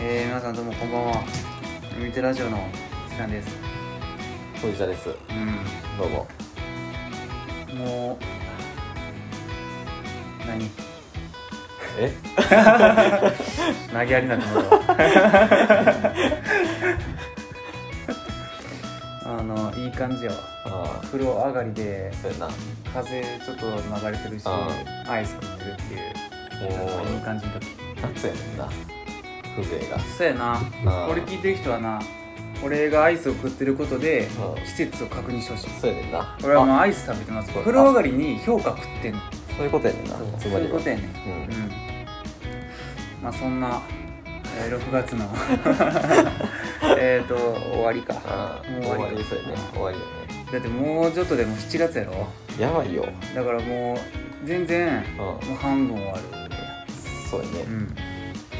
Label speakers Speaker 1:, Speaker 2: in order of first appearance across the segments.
Speaker 1: えー、皆さんどうもこんばんは海手ラジオのさんです
Speaker 2: 藤田です
Speaker 1: う
Speaker 2: どうも
Speaker 1: んもう何
Speaker 2: え
Speaker 1: 投げやりなん てものあのいい感じやわ
Speaker 2: あ
Speaker 1: 風呂上がりで
Speaker 2: あそうやな
Speaker 1: 風ちょっと流れてるし
Speaker 2: あ
Speaker 1: アイス食ってるっていうなんかいい
Speaker 2: も
Speaker 1: 感じの時
Speaker 2: う夏やねんな風情が
Speaker 1: そうやな
Speaker 2: あー
Speaker 1: これ聞いてる人はな俺がアイスを食ってることで
Speaker 2: あー
Speaker 1: 季節を確認してほしい
Speaker 2: そうやねんな
Speaker 1: 俺はもう
Speaker 2: あ
Speaker 1: アイス食べてます
Speaker 2: そう
Speaker 1: 風呂上がりに評価食ってんの
Speaker 2: そういうことやねんな
Speaker 1: そう
Speaker 2: つ
Speaker 1: そう
Speaker 2: まり
Speaker 1: いう
Speaker 2: は
Speaker 1: ことやねん
Speaker 2: うん
Speaker 1: うんまあそんな、えー6月の えっと終わりか
Speaker 2: ああ
Speaker 1: もう
Speaker 2: 終
Speaker 1: 終わ
Speaker 2: わ
Speaker 1: り
Speaker 2: りそうやね終わりやね
Speaker 1: だってもうちょっとでも7月やろ
Speaker 2: やばいよ
Speaker 1: だからもう全然
Speaker 2: うん
Speaker 1: もう半分終わる
Speaker 2: そうや
Speaker 1: う
Speaker 2: ね
Speaker 1: ん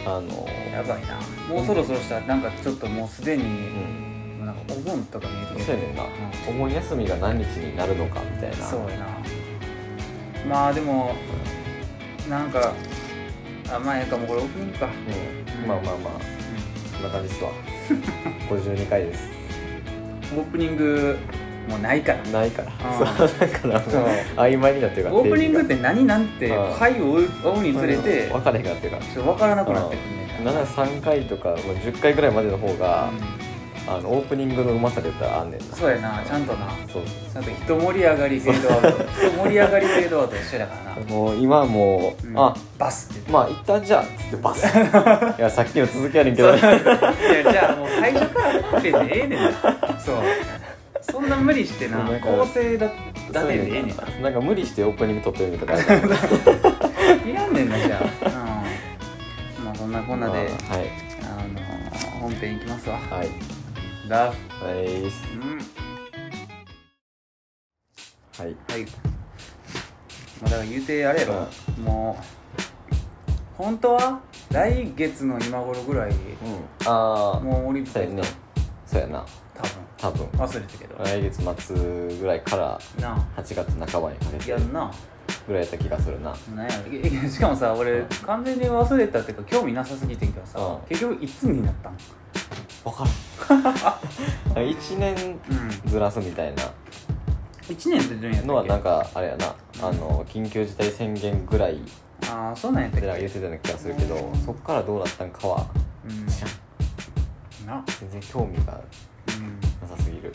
Speaker 2: あの
Speaker 1: やばいなもうそろそろしたらなんかちょっともうすでに
Speaker 2: うん
Speaker 1: もうなんかお盆とか見えて
Speaker 2: そう
Speaker 1: る
Speaker 2: やねんな
Speaker 1: う
Speaker 2: 思い休みが何日になるのかみたいな
Speaker 1: そうやなまあでもなんかあまあええかもうこれオープニングか
Speaker 2: うんまあまあまあこんな感じです わ52回です
Speaker 1: オープニングもうないから
Speaker 2: ないから
Speaker 1: あ
Speaker 2: そうだからもう
Speaker 1: そう
Speaker 2: 曖昧になってるから
Speaker 1: オープニングっ
Speaker 2: 定
Speaker 1: て何なんて
Speaker 2: あー
Speaker 1: 回を追う追うにつれ
Speaker 2: 義
Speaker 1: て
Speaker 2: が分かれへんかっていうか
Speaker 1: ちょっと分からなくなってくるね
Speaker 2: 73回とかまあ10回ぐらいまでの方が、
Speaker 1: う
Speaker 2: あのオープニングのうまさで言ったらあんねんなん
Speaker 1: そうやなちゃんとな
Speaker 2: そう
Speaker 1: ちゃんと人盛り上がりフェードアウト人盛り上がりフェードアウト一緒だからな、
Speaker 2: もう今はもう、
Speaker 1: うん
Speaker 2: あ
Speaker 1: バスって
Speaker 2: まあ一旦じゃあっつってバ スいやさっきの続きやねんけどね
Speaker 1: いやじゃあもう最初から食べてええねんなそうそんな無理してな
Speaker 2: そうだから
Speaker 1: 構成だだけでええね
Speaker 2: そうやねんなんか無理してオープニング撮ってるみたいな感じ
Speaker 1: んいらんねんなじゃあ、うん、まあそんなこんなで、
Speaker 2: まあはい
Speaker 1: あの本編いきますわ
Speaker 2: はい
Speaker 1: だ
Speaker 2: はいっす
Speaker 1: うん
Speaker 2: はい
Speaker 1: はいまあだから言うてあれやろ、もう本当は来月の今頃ぐらい
Speaker 2: うんああ
Speaker 1: もう降りて
Speaker 2: そ
Speaker 1: た
Speaker 2: う
Speaker 1: よ
Speaker 2: やねそうやな
Speaker 1: 多分
Speaker 2: 多分
Speaker 1: 忘れたけど、
Speaker 2: 来月末ぐらいから
Speaker 1: なあ
Speaker 2: 8月半ばにかけて
Speaker 1: やんな
Speaker 2: ぐらいやった気がするな
Speaker 1: なんやいやしかもさ俺完全に忘れたっていうか興味なさすぎてんけどさ、
Speaker 2: うん
Speaker 1: 結局いつになったん
Speaker 2: 分からん1 年
Speaker 1: うん
Speaker 2: ずらすみたいな
Speaker 1: 1年ってどんやったっけ
Speaker 2: のはなんかあれやなあの緊急事態宣言ぐらいっ
Speaker 1: ああそうなんやった
Speaker 2: て
Speaker 1: っけ
Speaker 2: なんか言ってたような気がするけどそっからどうなったんかは
Speaker 1: うんな、
Speaker 2: 全然興味が
Speaker 1: うん、
Speaker 2: なさすぎる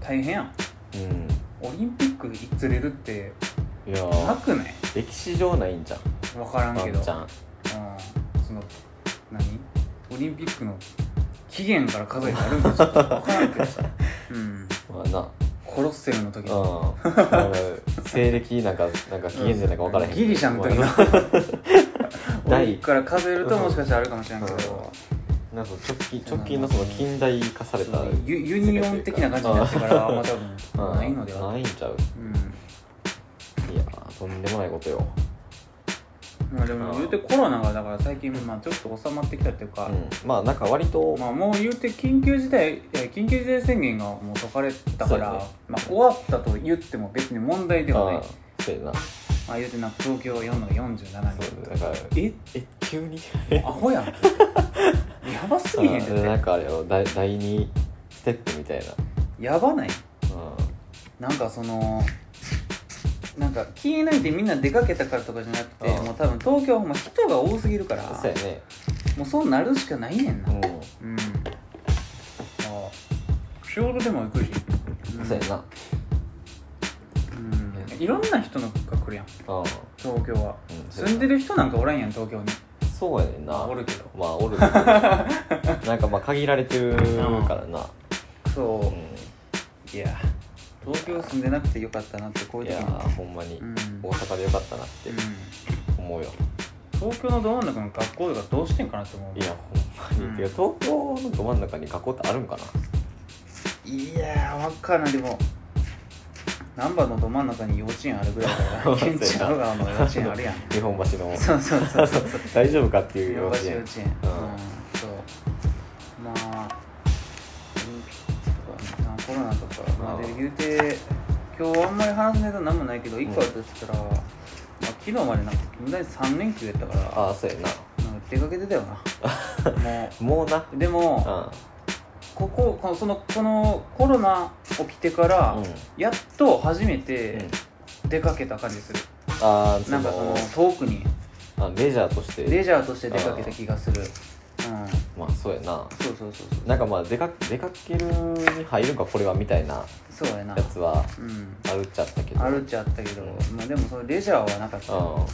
Speaker 1: 大変やん
Speaker 2: うん
Speaker 1: オリンピックいつれるって
Speaker 2: いや
Speaker 1: な
Speaker 2: ー
Speaker 1: くない
Speaker 2: 歴史上ないんじゃん
Speaker 1: 分からん
Speaker 2: ワ
Speaker 1: け
Speaker 2: ン
Speaker 1: ど
Speaker 2: ちゃん
Speaker 1: うんその何オリンピックの期限から数えてあるんか ちょっと分からんけどさ、うん、
Speaker 2: まあな
Speaker 1: コロッセルの時の
Speaker 2: うんなんか西暦なん かなんか期限じゃないか分からへん
Speaker 1: ギリシャの時の
Speaker 2: まあ 第
Speaker 1: 第から数えるともしかしたらあるかもしれんけど、
Speaker 2: なんか直近直近のその近代化された
Speaker 1: ユユニオン的な感じになってからはあんま多分
Speaker 2: うん
Speaker 1: ないのでは
Speaker 2: ないんちゃう
Speaker 1: うん
Speaker 2: いやーとんでもないことよ
Speaker 1: まあでも言うてコロナがだから最近まあちょっと収まってきたっていうか、
Speaker 2: うんまあなんか割と
Speaker 1: まあ、もう言うて緊急事態え緊急事態宣言がもう解かれたから、
Speaker 2: そうやね
Speaker 1: まあ、終わったと言っても別に問題ではない
Speaker 2: あーそうやな
Speaker 1: まあ言うてなんか東京は4の47
Speaker 2: そう
Speaker 1: 人
Speaker 2: だから
Speaker 1: え
Speaker 2: え 急に
Speaker 1: アホやんやばすぎへんって
Speaker 2: あなんかあれやろ第第2ステップみたいな
Speaker 1: やばない
Speaker 2: うん
Speaker 1: なんかそのなんか気抜いてみんな出かけたからとかじゃなくて
Speaker 2: うん
Speaker 1: もう多分東京はほんま人が多すぎるから
Speaker 2: そうやね
Speaker 1: もうそうなるしかないねんな
Speaker 2: うん
Speaker 1: うんあ仕事でも行くし、うん
Speaker 2: そうやな
Speaker 1: うん、いろんな人のが来るやん
Speaker 2: うん
Speaker 1: 東京は、
Speaker 2: うん
Speaker 1: 住んでる人なんかおらんやん東京に
Speaker 2: そうやねんな
Speaker 1: おるけど
Speaker 2: まあおる けどなんかまあ限られてるからな
Speaker 1: そうう、
Speaker 2: ん
Speaker 1: いや東京住んでなくてよかったなってこういう
Speaker 2: いや
Speaker 1: 時
Speaker 2: ー
Speaker 1: に
Speaker 2: ほんまに
Speaker 1: うん
Speaker 2: 大阪でよかったなって
Speaker 1: うん
Speaker 2: 思うよ
Speaker 1: 東京のど真ん中の学校とかどうしてんかなって思う
Speaker 2: いやほんま
Speaker 1: うん
Speaker 2: にてか東京のど真ん中に学校ってあるんかない
Speaker 1: やーわからんないでも難波のど真ん中に幼稚園あるぐらいだ から
Speaker 2: そうや
Speaker 1: 現
Speaker 2: な
Speaker 1: 地の側の幼稚園あ るやん
Speaker 2: 日本橋の
Speaker 1: そうそうそうそう
Speaker 2: 大丈夫かっていう
Speaker 1: 洋
Speaker 2: 幼
Speaker 1: 菓
Speaker 2: 稚
Speaker 1: 子幼
Speaker 2: 園
Speaker 1: 稚園うん
Speaker 2: うん
Speaker 1: そうまあオリンピックとかなコロナとかまあ
Speaker 2: うん
Speaker 1: で言うて今日あんまり話すネタ何もないけど1個あるとしたら、まあ、昨日までなんか無駄に3連休やったから
Speaker 2: ああそうやな
Speaker 1: なんか出かけてたよなも
Speaker 2: もうな
Speaker 1: うでも、
Speaker 2: う
Speaker 1: こここのそのこのコロナ起きてから、
Speaker 2: んうん
Speaker 1: やっと初め
Speaker 2: う
Speaker 1: て
Speaker 2: ん
Speaker 1: 出かけた感じする、
Speaker 2: あーそ
Speaker 1: なんかその遠くに
Speaker 2: あレジャーとして
Speaker 1: レジャーとして出かけた気がするうん
Speaker 2: まあそうやな
Speaker 1: そうそうそうそう
Speaker 2: なんかまあ出か出かけるに入るんかこれはみたいな
Speaker 1: そうやな
Speaker 2: やつは
Speaker 1: うん
Speaker 2: あるっちゃったけど
Speaker 1: あるっちゃあったけど、
Speaker 2: うん
Speaker 1: まあでもそのレジャーはなかった
Speaker 2: うん
Speaker 1: うん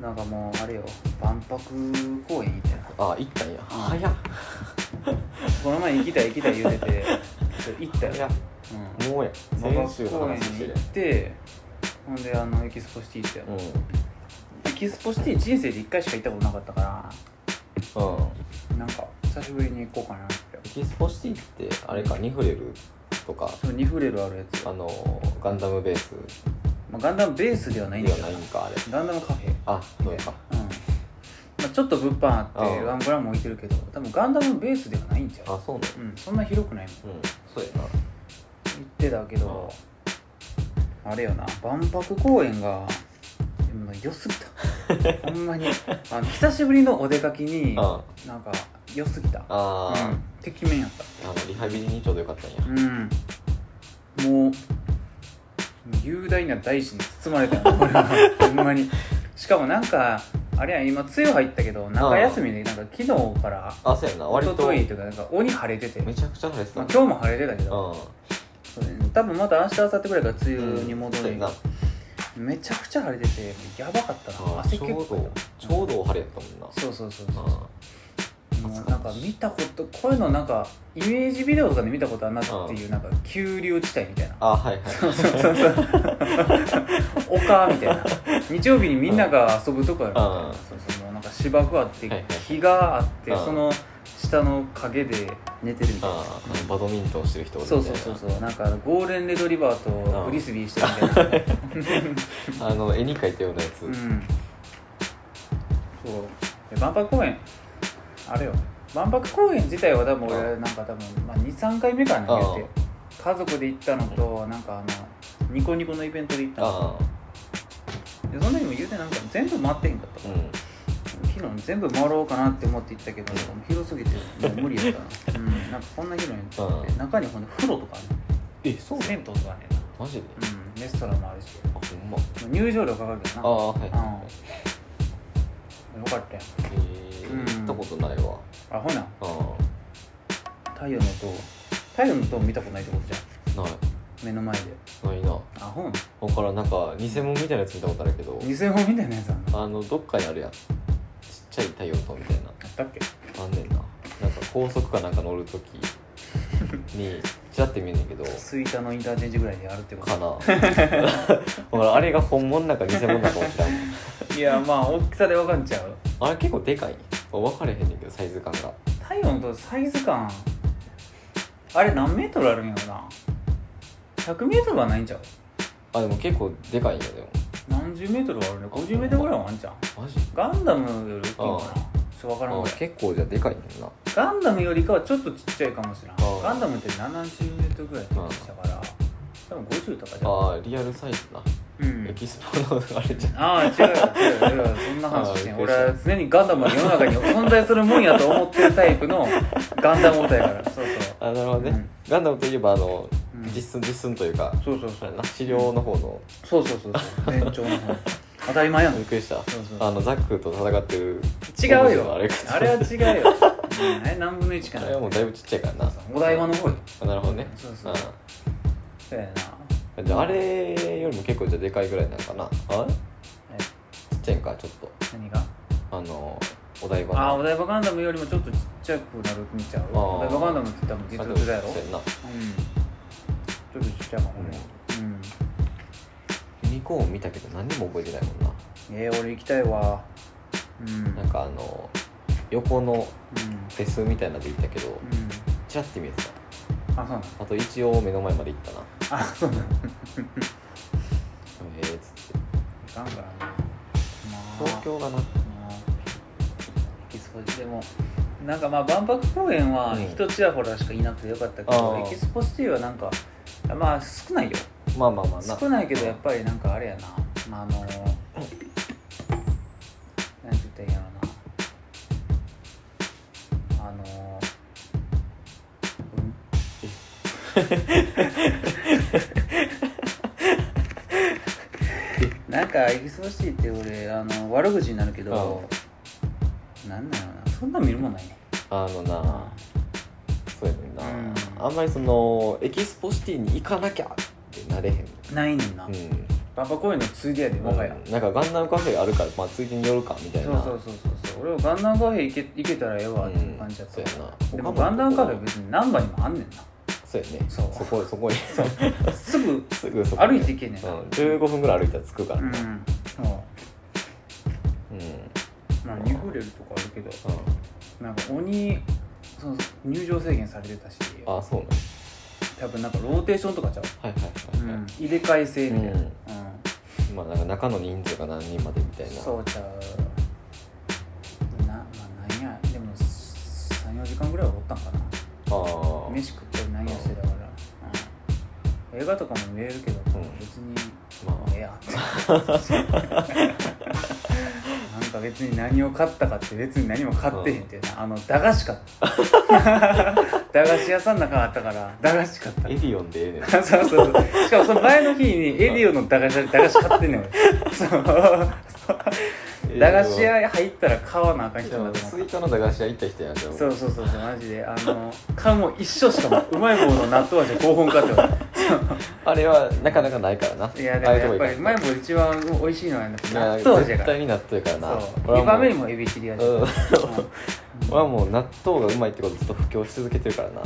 Speaker 1: なんかもうあれよ万博公園行ったよな
Speaker 2: あ行ったんや早っ
Speaker 1: この前行きたい行きたい言うて て行った
Speaker 2: 早
Speaker 1: よ
Speaker 2: っ、
Speaker 1: うん
Speaker 2: もうや
Speaker 1: 万
Speaker 2: 先週
Speaker 1: 博
Speaker 2: の
Speaker 1: 公園
Speaker 2: 話
Speaker 1: に
Speaker 2: してる
Speaker 1: 行ってほんであのエキスポシティ行ったよ
Speaker 2: うんうん
Speaker 1: エキスポシティ人生で1回しか行ったことなかったからなんか久しぶりに行こうかなって
Speaker 2: エキスポシティってあれかニフレルとか
Speaker 1: そうニフレルあるやつ、
Speaker 2: あ
Speaker 1: ま
Speaker 2: のガンダムベース
Speaker 1: あ、ガンダムベースではないん
Speaker 2: で
Speaker 1: だ
Speaker 2: は
Speaker 1: けど
Speaker 2: ないんかあれ
Speaker 1: ガンダムカフェ
Speaker 2: あそうか
Speaker 1: うんまあ、ちょっと物販あって
Speaker 2: うん
Speaker 1: ガンブラも置いてるけど多分ガンダムベースではないんちゃう
Speaker 2: あそうね
Speaker 1: うんそんな広くないもん
Speaker 2: うんそうやな
Speaker 1: 行ってたけどあれよな万博公園がもう良すぎたほんまにあの久しぶりのお出かけに
Speaker 2: うん
Speaker 1: なんか良すぎた
Speaker 2: あー、
Speaker 1: うんてきめんやった
Speaker 2: あのリハビリにちょうどよかったんや
Speaker 1: うんもう雄大な大地に包まれ たよこれはほんまにしかもなんかあれや今梅雨入ったけど中休みでなんか昨日から
Speaker 2: あそうやな
Speaker 1: 一
Speaker 2: 割と
Speaker 1: 昨日とかなんか鬼晴れてて、ま
Speaker 2: めちゃくちゃ晴れて
Speaker 1: あ
Speaker 2: た、、
Speaker 1: 今日も晴れてたけど、
Speaker 2: うん
Speaker 1: そうね多分また明日明後日ぐらいから梅雨に戻
Speaker 2: そう
Speaker 1: る、
Speaker 2: やな
Speaker 1: めちゃくちゃ晴れててやばかったな
Speaker 2: あ
Speaker 1: 汗
Speaker 2: ちょ
Speaker 1: 結
Speaker 2: うど
Speaker 1: 構
Speaker 2: ちょうどお晴れやったもんな
Speaker 1: そうそうそうそう
Speaker 2: あ
Speaker 1: もうなんか見たことこういうのなんかイメージビデオとかで見たことあるなっていうなんか急流地帯みたいな
Speaker 2: あはいはい
Speaker 1: そうそうそうそう丘みたいな日曜日にみんなが遊ぶとこやろみたいな、
Speaker 2: うん
Speaker 1: そうそうもうなんか芝生あって、
Speaker 2: はいはい
Speaker 1: 木があって、
Speaker 2: うん
Speaker 1: その下の陰で寝てるみたいな、
Speaker 2: ああのバドミントンしてる人おるみた
Speaker 1: そ
Speaker 2: いうな
Speaker 1: そうそうそうなんかゴールデンレトリバーとブリスビーしてるみたいな
Speaker 2: あの絵に描いたようなやつ、
Speaker 1: うん、そうで万博公園あれよ万博公園自体は多分俺
Speaker 2: う
Speaker 1: なんか多分、まあ、23回目かな言う
Speaker 2: う
Speaker 1: て家族で行ったのとなんかあのニコニコのイベントで行ったの
Speaker 2: ああ
Speaker 1: でそんなにも言うてなんか全部回ってへんかった
Speaker 2: うん
Speaker 1: 昨日全部回ろうかなって思って行ったけど、
Speaker 2: う
Speaker 1: 広すぎてもう無理や ったなうんなんかこんな広いのって、
Speaker 2: うん
Speaker 1: 中にほんで風呂とかあるね
Speaker 2: えそ
Speaker 1: 銭湯とかあるねんな
Speaker 2: マジで
Speaker 1: うんレストランもあるし
Speaker 2: あほんま
Speaker 1: 入場料かかるけど
Speaker 2: あ
Speaker 1: な
Speaker 2: あはい、
Speaker 1: うんよかったよ
Speaker 2: えー
Speaker 1: うん
Speaker 2: 行ったことないわ
Speaker 1: あほな
Speaker 2: あ
Speaker 1: 太陽の塔太陽の塔見たことないってことじ
Speaker 2: あ
Speaker 1: ゃ
Speaker 2: ない
Speaker 1: ん目の前で
Speaker 2: ないな
Speaker 1: あほん
Speaker 2: だからんなんか偽物みたいなやつ見たことあるけど
Speaker 1: 偽物みたいなやつあんの
Speaker 2: あのどっかにあるやんちっちゃい太陽とみたいな
Speaker 1: あったっけ
Speaker 2: あんねんななんか高速かなんか乗るときにちらって見えんねんけど
Speaker 1: 吹田のインターチェンジぐらいであるってこ
Speaker 2: かな ほらあれが本物なんか偽物なんかも知らん
Speaker 1: といやまあ大きさでわかんちゃう
Speaker 2: あれ結構でかい分かれへんねんけどサイズ感が
Speaker 1: 太陽の塔サイズ感あれ何メートルあるんやろな100メートルはないんちゃう
Speaker 2: あでも結構でかいんやでも
Speaker 1: 何十メートルはあるね50メートルぐらいはあんちゃう
Speaker 2: マジ
Speaker 1: ガンダムより大きいのかなちょっとわからん
Speaker 2: あ
Speaker 1: ぐらい
Speaker 2: 結構じゃあでかいねんな
Speaker 1: ガンダムよりかはちょっとちっちゃいかもしれん
Speaker 2: うん
Speaker 1: ガンダムって70メートルぐらいって言ってたから多分50とかじゃん
Speaker 2: あーリアルサイズな、
Speaker 1: うん
Speaker 2: エキスポのあれじゃん
Speaker 1: ああ違うよ違うよそんな話して
Speaker 2: あ
Speaker 1: ん
Speaker 2: ー
Speaker 1: 俺は常にガンダムは世の中に存在するもんやと思ってるタイプのガンダムオタやからそうそ
Speaker 2: あなるほどね、
Speaker 1: うん
Speaker 2: ガンダムといえばあの、
Speaker 1: うん
Speaker 2: 実寸実寸というか
Speaker 1: うそうそう
Speaker 2: あ
Speaker 1: そ
Speaker 2: れ
Speaker 1: う
Speaker 2: な治療の方の
Speaker 1: そうそうそうそう年長の方当たり前やん
Speaker 2: びっくりした
Speaker 1: そうそう
Speaker 2: あのザックと戦ってる
Speaker 1: 違うよ
Speaker 2: あ
Speaker 1: あ
Speaker 2: れ
Speaker 1: れ
Speaker 2: か
Speaker 1: は違うよ、うん、あれ何分の1か
Speaker 2: あ
Speaker 1: な
Speaker 2: れはもうだいぶちっちゃいからな
Speaker 1: お台場の方よ
Speaker 2: あなるほどね
Speaker 1: そうそうそうやな
Speaker 2: うんじゃああれよりも結構じゃあでかいぐらいなのかなあれ
Speaker 1: え
Speaker 2: ちっちゃいんかちょっと
Speaker 1: 何が
Speaker 2: あのお台場の
Speaker 1: あーお台場ガンダムよりもちょっとちっちゃくなる見ちゃう
Speaker 2: あー
Speaker 1: お台場ガンダムって多分実
Speaker 2: あでも
Speaker 1: 物だやろうん
Speaker 2: そうやんな
Speaker 1: ちょっとちっちゃいかもねうん
Speaker 2: ユニコーン見たけど何にも覚えてないもんな
Speaker 1: えー、俺行きたいわうんうん
Speaker 2: なんかあの横のフェスみたいなので行ったけど
Speaker 1: うん
Speaker 2: チラッて見えてた
Speaker 1: あそうなの
Speaker 2: あと一応目の前まで行ったな
Speaker 1: あそうな の
Speaker 2: ええっつって
Speaker 1: いかんからなまあ
Speaker 2: 東京がな
Speaker 1: まあエキスポでもなんかまあ万博公園は
Speaker 2: うん
Speaker 1: 人ちらほらしかいなくてよかったけ
Speaker 2: あ
Speaker 1: ど、
Speaker 2: ー
Speaker 1: エキスポシティはなんかまあ少ないよ
Speaker 2: まあまあまあな
Speaker 1: 少ないけどやっぱりなんかあれやな、まあ、あのなんて言ったらいいんやろななん か忙しいって俺あの悪口になるけどなんだろうなそんなん見るもんないね
Speaker 2: あのなそうやねんな、
Speaker 1: うん
Speaker 2: あんまりそのエキスポシティに行かなきゃってなれへん
Speaker 1: ないねんな、
Speaker 2: うん
Speaker 1: ババ公園のついでやでもはや、
Speaker 2: うんなんかガンダムカフェあるから、まあ、ついでに寄るかみたい
Speaker 1: そ
Speaker 2: な
Speaker 1: うそうそうそうそう俺はガンダムカフェ行け行けたらええわっていう感じだった、
Speaker 2: うんそうやな
Speaker 1: でもガンダムカフェ別に何番にもあんねんな
Speaker 2: そうやね
Speaker 1: そ
Speaker 2: そうこそ こに
Speaker 1: すぐ
Speaker 2: すぐそこに
Speaker 1: 歩いて行けんねん
Speaker 2: う
Speaker 1: な、
Speaker 2: ん、15分ぐらい歩いたら着くから
Speaker 1: う
Speaker 2: ね
Speaker 1: んそう
Speaker 2: うん、うん
Speaker 1: まあ濁れるとこあるけどなんか鬼その入場制限されてたし
Speaker 2: ああそうね
Speaker 1: 多分なんかローテーションとかちゃう、
Speaker 2: はいはいはい、は
Speaker 1: 入れ替え制みたい
Speaker 2: う
Speaker 1: な、
Speaker 2: ん
Speaker 1: う
Speaker 2: い
Speaker 1: ん
Speaker 2: まあなんか中の人数が何人までみたいな
Speaker 1: そうちゃうなまあなんやでも34時間ぐらいはおったんかな
Speaker 2: ああ
Speaker 1: 飯食ったり何やしてたから、うん映画とかも見れるけど、
Speaker 2: ん
Speaker 1: 別に
Speaker 2: ま
Speaker 1: ええ やなんか別に何を買ったかって別に何も買ってへんっていうなあの駄菓子買った 駄菓子屋さんの中あったから駄菓子買っ
Speaker 2: あエディオンでええねん
Speaker 1: たそうそうそうしかもその前の日にエディオの 駄菓子屋で駄菓子買ってんねん俺そう 駄菓子屋入ったら買わなあかん人になっても
Speaker 2: スイカの駄菓子屋行った人やんじゃん
Speaker 1: そうそうそうそうマジであの缶を一生しかもうまい棒の納豆味で5本買って俺
Speaker 2: あれはなかなかないからない
Speaker 1: いやでもやっぱり
Speaker 2: う
Speaker 1: うまい棒一番美味しいのはやっぱ納
Speaker 2: い
Speaker 1: 豆
Speaker 2: や
Speaker 1: 味や
Speaker 2: 絶
Speaker 1: から
Speaker 2: 対に納豆やからな
Speaker 1: そう
Speaker 2: 俺は
Speaker 1: 2
Speaker 2: う
Speaker 1: 番目にもエビチリ味、
Speaker 2: うん
Speaker 1: うん
Speaker 2: 俺はもう納豆がうまいってことずっと布教し続けてるからな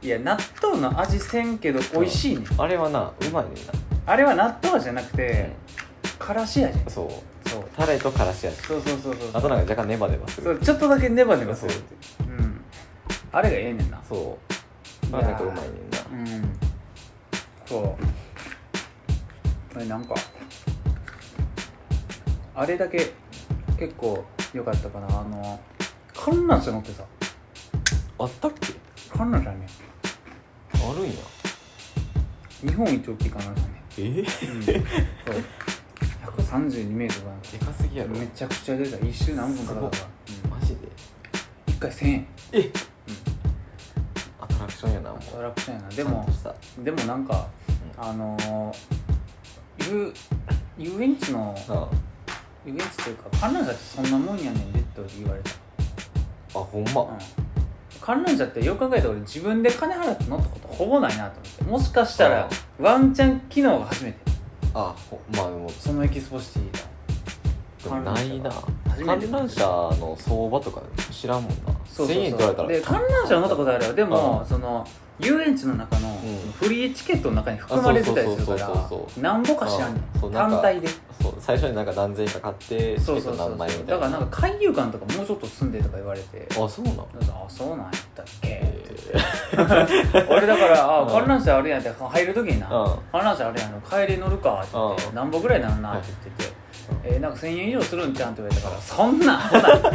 Speaker 2: い
Speaker 1: や納豆の味せんけど美味しいね、
Speaker 2: あれはなうまいねんな、
Speaker 1: あれは納豆味じゃなくて、
Speaker 2: う
Speaker 1: からし味
Speaker 2: んそう
Speaker 1: そう
Speaker 2: タレとからし味
Speaker 1: そうそうそうそう
Speaker 2: あとなんか若干ネバネバす
Speaker 1: そう
Speaker 2: る
Speaker 1: ちょっとだけネバネバするっていううんあれがええねんな
Speaker 2: そうまあなんかうまいねんな
Speaker 1: うんそうあれなんかあれだけ結構良かったかなあの観覧車乗ってさ
Speaker 2: あったっけ
Speaker 1: 観覧車ね
Speaker 2: あるんや
Speaker 1: 日本一大きい観覧車ね
Speaker 2: え
Speaker 1: 132メートルなん
Speaker 2: でかすぎやろ
Speaker 1: めちゃくちゃ出た一周何分かかったか
Speaker 2: マジで
Speaker 1: ら1回1000円
Speaker 2: えアトラクションやなもう
Speaker 1: アトラクションやなで
Speaker 2: ちゃん
Speaker 1: も
Speaker 2: とした
Speaker 1: でもなんか
Speaker 2: う
Speaker 1: あのー遊遊園地の
Speaker 2: あ
Speaker 1: 遊園地というか観覧車ってそんなもんやねんでって言われた、
Speaker 2: あほんま、
Speaker 1: うん、観覧車ってよく考えたら俺自分で金払って乗ったことほぼないなと思ってもしかしたらワンチャン機能が初めて
Speaker 2: あほまあでも
Speaker 1: そのエキスポシティだ
Speaker 2: でもないな
Speaker 1: 初めて
Speaker 2: 観覧車の相場とか知らんもんな
Speaker 1: そう
Speaker 2: 1000円取られたら
Speaker 1: で観覧車は乗ったことあるよでも
Speaker 2: うん
Speaker 1: その遊園地の中の,、
Speaker 2: ん
Speaker 1: そのフリーチケットの中に含まれてたりするか
Speaker 2: あそうそうそうそうそ
Speaker 1: らなんぼか知らんね
Speaker 2: うんそうんなんか
Speaker 1: 単体で
Speaker 2: そう最初になんか何千円か買って
Speaker 1: そう
Speaker 2: チケ
Speaker 1: そう
Speaker 2: ット
Speaker 1: そう
Speaker 2: 何枚みた
Speaker 1: だ
Speaker 2: い
Speaker 1: か
Speaker 2: な
Speaker 1: らなんか海遊館とかもうちょっと住んでとか言われて
Speaker 2: あそうなの
Speaker 1: そうそうあそうなんやったっけ、
Speaker 2: え
Speaker 1: 俺だからあ
Speaker 2: うん
Speaker 1: 観覧車あるやんって入る時にな、
Speaker 2: うん
Speaker 1: 観覧車あるやん帰り乗るかって言って、
Speaker 2: うん
Speaker 1: なんぼぐらいなんなって言ってて、えーなんか1000円以上するんちゃうんって言われたからそんなんほな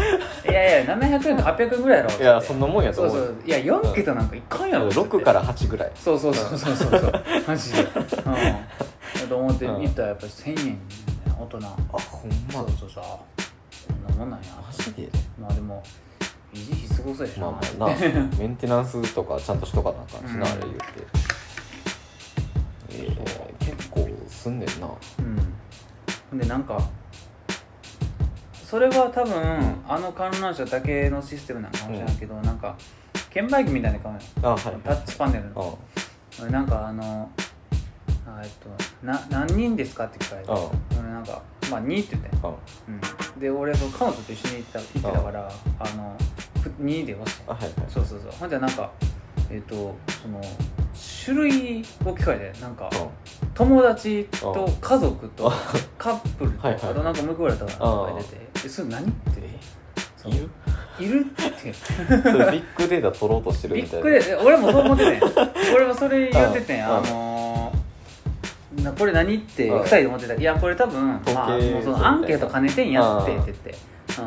Speaker 1: いやいや700円か800円ぐらいやろっ
Speaker 2: ー
Speaker 1: て
Speaker 2: いやそんなもんやと
Speaker 1: そう
Speaker 2: 思う
Speaker 1: そ
Speaker 2: よ
Speaker 1: ういや4桁なんかいかんやろって
Speaker 2: 6から8ぐらい
Speaker 1: そうそうそうそうそう そうマジでうんだと思って見たらやっぱり1000円やな大人
Speaker 2: あほん
Speaker 1: そうそうそうこんなもんなんや
Speaker 2: マジで
Speaker 1: まあでも維持費すごそうやしな、
Speaker 2: まあまあな メンテナンスとかちゃんとしとかなあかんしな、
Speaker 1: うん
Speaker 2: あれ言うて、えー結構すんねんな
Speaker 1: うんほんでなんかそれは多分、あの観覧車だけのシステムなのかもしれないけど、なんか券売機みたいな感じ
Speaker 2: あはい
Speaker 1: タッチパネルの
Speaker 2: あ
Speaker 1: 俺なんかあのあえっとな何人ですかって聞かれて
Speaker 2: あ
Speaker 1: 俺なんかまあ2って言ったよ
Speaker 2: あ
Speaker 1: うん、で俺その彼女と一緒に行った行ってたからあのふ2で押し
Speaker 2: あはいはい
Speaker 1: たそうそうそうほんでなんかえっ、とその種類を聞かれてなんか
Speaker 2: うん
Speaker 1: 友達と家族とカップルと
Speaker 2: はいはい
Speaker 1: あとなんかもう一個ぐらいだったか
Speaker 2: あ
Speaker 1: なとか出て「えそれ何?」ってそう
Speaker 2: いる
Speaker 1: いる って
Speaker 2: それビッグデータ取ろうとしてる
Speaker 1: び
Speaker 2: み
Speaker 1: った
Speaker 2: いな
Speaker 1: くりえ俺もそう思 ってね俺もそれ言っててん
Speaker 2: うん
Speaker 1: あのーなこれ何って
Speaker 2: うん
Speaker 1: 2人で思ってたいやこれ多分、ま
Speaker 2: 統計
Speaker 1: あ、もうそ
Speaker 2: みたい
Speaker 1: の
Speaker 2: な
Speaker 1: アンケート兼ねてんやって
Speaker 2: う
Speaker 1: っ
Speaker 2: ん
Speaker 1: て言って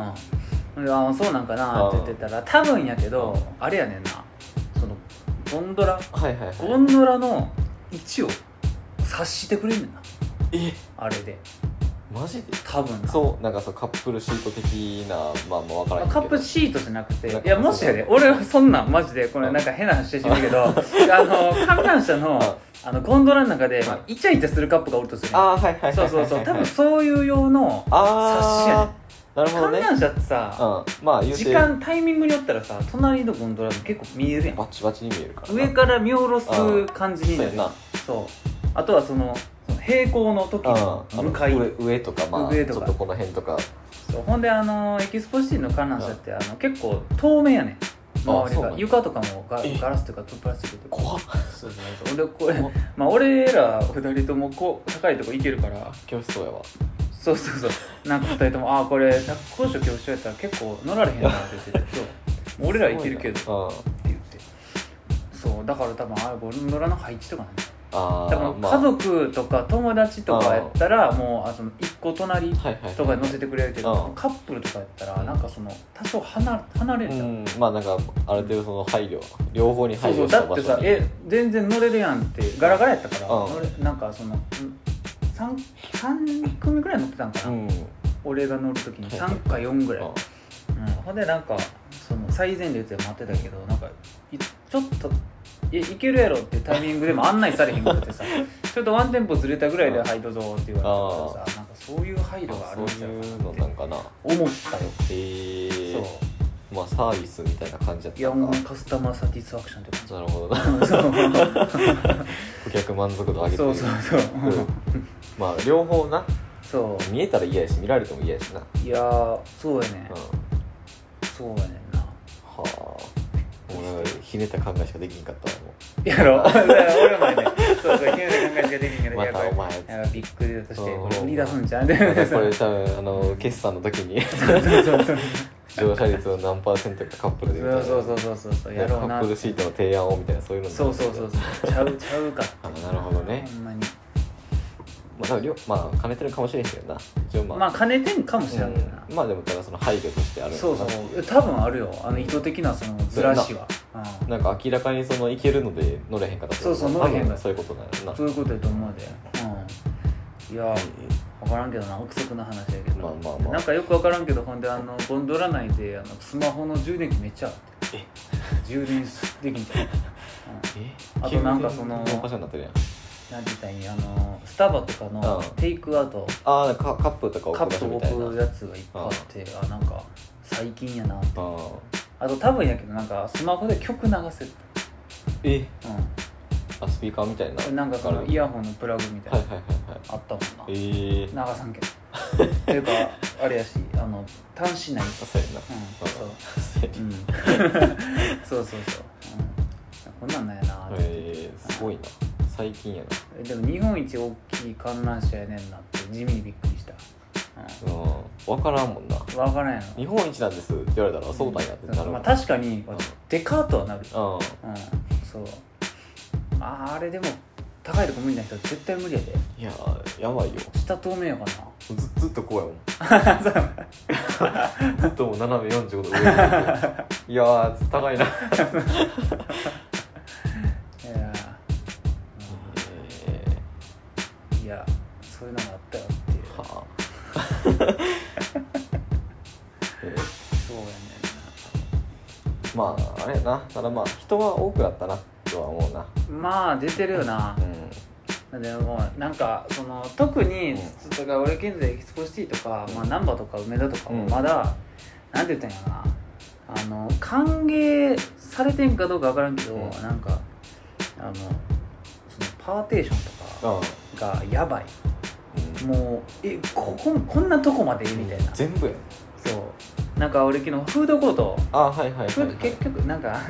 Speaker 1: うんでああそうなんかなって言ってたら多分やけどあれやねんなそのゴンドラ
Speaker 2: はいはいはい
Speaker 1: ゴンドラの位置を察してくれんねんな
Speaker 2: え
Speaker 1: あれで
Speaker 2: マジで
Speaker 1: 多分な
Speaker 2: そうなんかそうカップルシート的なまあまあ分からん
Speaker 1: まあ
Speaker 2: けど
Speaker 1: カップシートじゃなくて
Speaker 2: なんか
Speaker 1: いやもしやで俺はそんなんマジでこれなんか変な話してしまうけどあの観覧車
Speaker 2: うん
Speaker 1: のあのゴンドラの中で
Speaker 2: ん
Speaker 1: まあイチャイチャするカップがおるとするやん
Speaker 2: ああーはいはいはいはい
Speaker 1: そ
Speaker 2: は
Speaker 1: う
Speaker 2: い
Speaker 1: そうそう多分そういう用の冊子やね
Speaker 2: ああなるほど
Speaker 1: 観
Speaker 2: ね
Speaker 1: 覧車ってさ
Speaker 2: うんまあ言うて
Speaker 1: 時間タイミングによったらさ隣のゴンドラも結構見えるやん
Speaker 2: バチバチに見えるからな
Speaker 1: 上から見下ろす感じに
Speaker 2: そ
Speaker 1: な
Speaker 2: うや
Speaker 1: る
Speaker 2: な
Speaker 1: そうあとはそのその平行の時の
Speaker 2: うんあの
Speaker 1: 向かい
Speaker 2: 上上とかまあ
Speaker 1: 上
Speaker 2: ち
Speaker 1: と
Speaker 2: ょ
Speaker 1: か
Speaker 2: っとこの辺とか
Speaker 1: そうほんであのエキスポシティの観覧車ってあの結構透明やねん周り
Speaker 2: そうなん
Speaker 1: が
Speaker 2: や
Speaker 1: 床とかもガ
Speaker 2: え
Speaker 1: ガラスというかプラスチックというか
Speaker 2: 怖っ
Speaker 1: そうそうそうでこれ
Speaker 2: 怖っ
Speaker 1: まあ俺ら二人ともこう高いとこ行けるから
Speaker 2: 教室そうやわ
Speaker 1: そうそうそうなんか二人ともああこれ高所恐怖症やったら結構乗られへんなって言ってそうもう俺ら行けるけどって
Speaker 2: どうん
Speaker 1: 言ってそうだから多分ああゴンドラの配置とかなんだよ
Speaker 2: あ
Speaker 1: 多
Speaker 2: あ
Speaker 1: 分
Speaker 2: まあ
Speaker 1: 家族とか友達とかやったらもうあその一個隣
Speaker 2: はいはい
Speaker 1: とかに乗せてくれるけど
Speaker 2: うん
Speaker 1: カップルとかやったらなんかその多少離離れる
Speaker 2: う
Speaker 1: じゃん
Speaker 2: んまあなんかある程度その配慮両方に
Speaker 1: そ
Speaker 2: 配
Speaker 1: うそ
Speaker 2: 慮
Speaker 1: う
Speaker 2: した
Speaker 1: だっ
Speaker 2: 場所
Speaker 1: て
Speaker 2: に
Speaker 1: さ「え全然乗れるやん」ってガラガラやったから
Speaker 2: うん
Speaker 1: 乗れなんかその 3, 三組ぐらい乗ってたんか
Speaker 2: う
Speaker 1: な、
Speaker 2: ん
Speaker 1: 俺が乗る時に3か4ぐらい、うん、ほんでなんかその最前列で待ってたけどなんかいちょっといいけるやろってタイミング でも案内されへんくてさちょっとワンテンポずれたぐらいで「
Speaker 2: うん
Speaker 1: はいどうぞ」って言われたからさなんかそういう配慮があるん
Speaker 2: あそ
Speaker 1: ち
Speaker 2: う
Speaker 1: ゃう
Speaker 2: いう
Speaker 1: か
Speaker 2: の
Speaker 1: な
Speaker 2: な
Speaker 1: って
Speaker 2: んかな
Speaker 1: 思ったよ、
Speaker 2: ええ
Speaker 1: そ
Speaker 2: まあサービスみたいな感じやっ
Speaker 1: ういや
Speaker 2: た
Speaker 1: も
Speaker 2: の
Speaker 1: う
Speaker 2: か
Speaker 1: カスタマーサティスファクションって感じ
Speaker 2: なるほどな顧客満足度上げて
Speaker 1: そうそうそうそう、
Speaker 2: うんまあ両方な
Speaker 1: そ
Speaker 2: 見えたら嫌やし見られても嫌やしなうん
Speaker 1: ういやーそうやね、
Speaker 2: は
Speaker 1: そうやねん
Speaker 2: あ
Speaker 1: な
Speaker 2: もうなんかひねった考えしかできんかったわも
Speaker 1: やろ俺もねそうそう急に考えができんけど
Speaker 2: ま
Speaker 1: や
Speaker 2: た
Speaker 1: ばい
Speaker 2: お前
Speaker 1: やばいびっくりだとして
Speaker 2: うん
Speaker 1: これ売り出すんじゃんそう
Speaker 2: うなんかこ
Speaker 1: そう
Speaker 2: れ多分あの決算の時 に
Speaker 1: そうそう
Speaker 2: 乗車率を何パーセントかカップルでみたいな
Speaker 1: そうそうそうそうそうやろう
Speaker 2: カ
Speaker 1: な
Speaker 2: ップルシートの提案をみたいなそういうの
Speaker 1: そうそうそうそうちゃうちゃうか
Speaker 2: あなるほどね
Speaker 1: ほんまに
Speaker 2: まあ多分りょまあ兼ねてるかもしれんけどな一応まあ
Speaker 1: まあ兼ねてんかもし
Speaker 2: う
Speaker 1: れんけどな、
Speaker 2: んまあでもだからその配慮としてあるの
Speaker 1: そう
Speaker 2: か
Speaker 1: そ
Speaker 2: なっていう
Speaker 1: 多分あるよあの意図的なそのずらしは、うん
Speaker 2: なんか明らかにその行けるので乗れへんかった
Speaker 1: そうそう乗れへんか
Speaker 2: か
Speaker 1: った
Speaker 2: そういうことなのな
Speaker 1: そういうことやと思うでうんいや分からんけどな憶測の話やけど、
Speaker 2: まあまあまあ
Speaker 1: なんかよく分からんけどほんであのゴンドラ内であのスマホの充電器めっちゃある
Speaker 2: え
Speaker 1: 充電できんじゃん、うん、
Speaker 2: え
Speaker 1: あとなんかその
Speaker 2: 急に電波車になってるやん
Speaker 1: なんて言ったらいいあのスタバとかの
Speaker 2: うん
Speaker 1: テイクアウト
Speaker 2: ああカカップとか置
Speaker 1: カ
Speaker 2: く
Speaker 1: ッ
Speaker 2: 場
Speaker 1: プ
Speaker 2: 所みたいな
Speaker 1: 置くやつがいっぱいあってあなんか最近やなって
Speaker 2: ああ
Speaker 1: あと多分やけどなんかスマホで曲流せる、
Speaker 2: え
Speaker 1: う、
Speaker 2: あスピーカーみたいなん
Speaker 1: なんかそのイヤホンのプラグみた
Speaker 2: は、
Speaker 1: いない
Speaker 2: はいはいはい
Speaker 1: あったもんな
Speaker 2: えー、
Speaker 1: 長さんけどっていうかあれやしあの端子ない
Speaker 2: あそうやな
Speaker 1: うんそう
Speaker 2: そうや
Speaker 1: うんそうそうそう、うん、こんなんなんやなって、
Speaker 2: えー、すごいな最近やな
Speaker 1: えでも日本一大きい観覧車やねんなって地味にびっくりした、う、
Speaker 2: うん分からんもんなん
Speaker 1: 分からんやろ
Speaker 2: 日本一なんですって言われたらそうなんやってなるも
Speaker 1: まあ、
Speaker 2: ん
Speaker 1: 確かにデカーとはなる
Speaker 2: うん
Speaker 1: うんそうあーあれでも高いとこ無理な人は絶対無理やで
Speaker 2: いやーやばいよ
Speaker 1: 下透明やか
Speaker 2: ずずっとこうやもん
Speaker 1: なそう
Speaker 2: ずっともう斜め45度上に いやー高いな、
Speaker 1: いやーいやそういうのがあったよっていう
Speaker 2: はあえ
Speaker 1: そうやね
Speaker 2: ーまああれやなただまあ人は多くなったなとは思うなん
Speaker 1: なまあ出てるよな
Speaker 2: うん
Speaker 1: でもなんかその特に、だから俺現在エキスポシティとか、まあ、難波とか梅田とかも
Speaker 2: うん
Speaker 1: まだ、なんて言ったんやろなあの歓迎されてんかどうか分からんけど、
Speaker 2: うん
Speaker 1: なんかあのそのパーテーションと
Speaker 2: あ
Speaker 1: かがやばい
Speaker 2: うん
Speaker 1: もうえこここんなとこまでみたいな、
Speaker 2: 全部やん
Speaker 1: そうなんか俺昨日フードコート
Speaker 2: あはいはいはい、
Speaker 1: フ
Speaker 2: は
Speaker 1: ード
Speaker 2: い、
Speaker 1: 結局なんか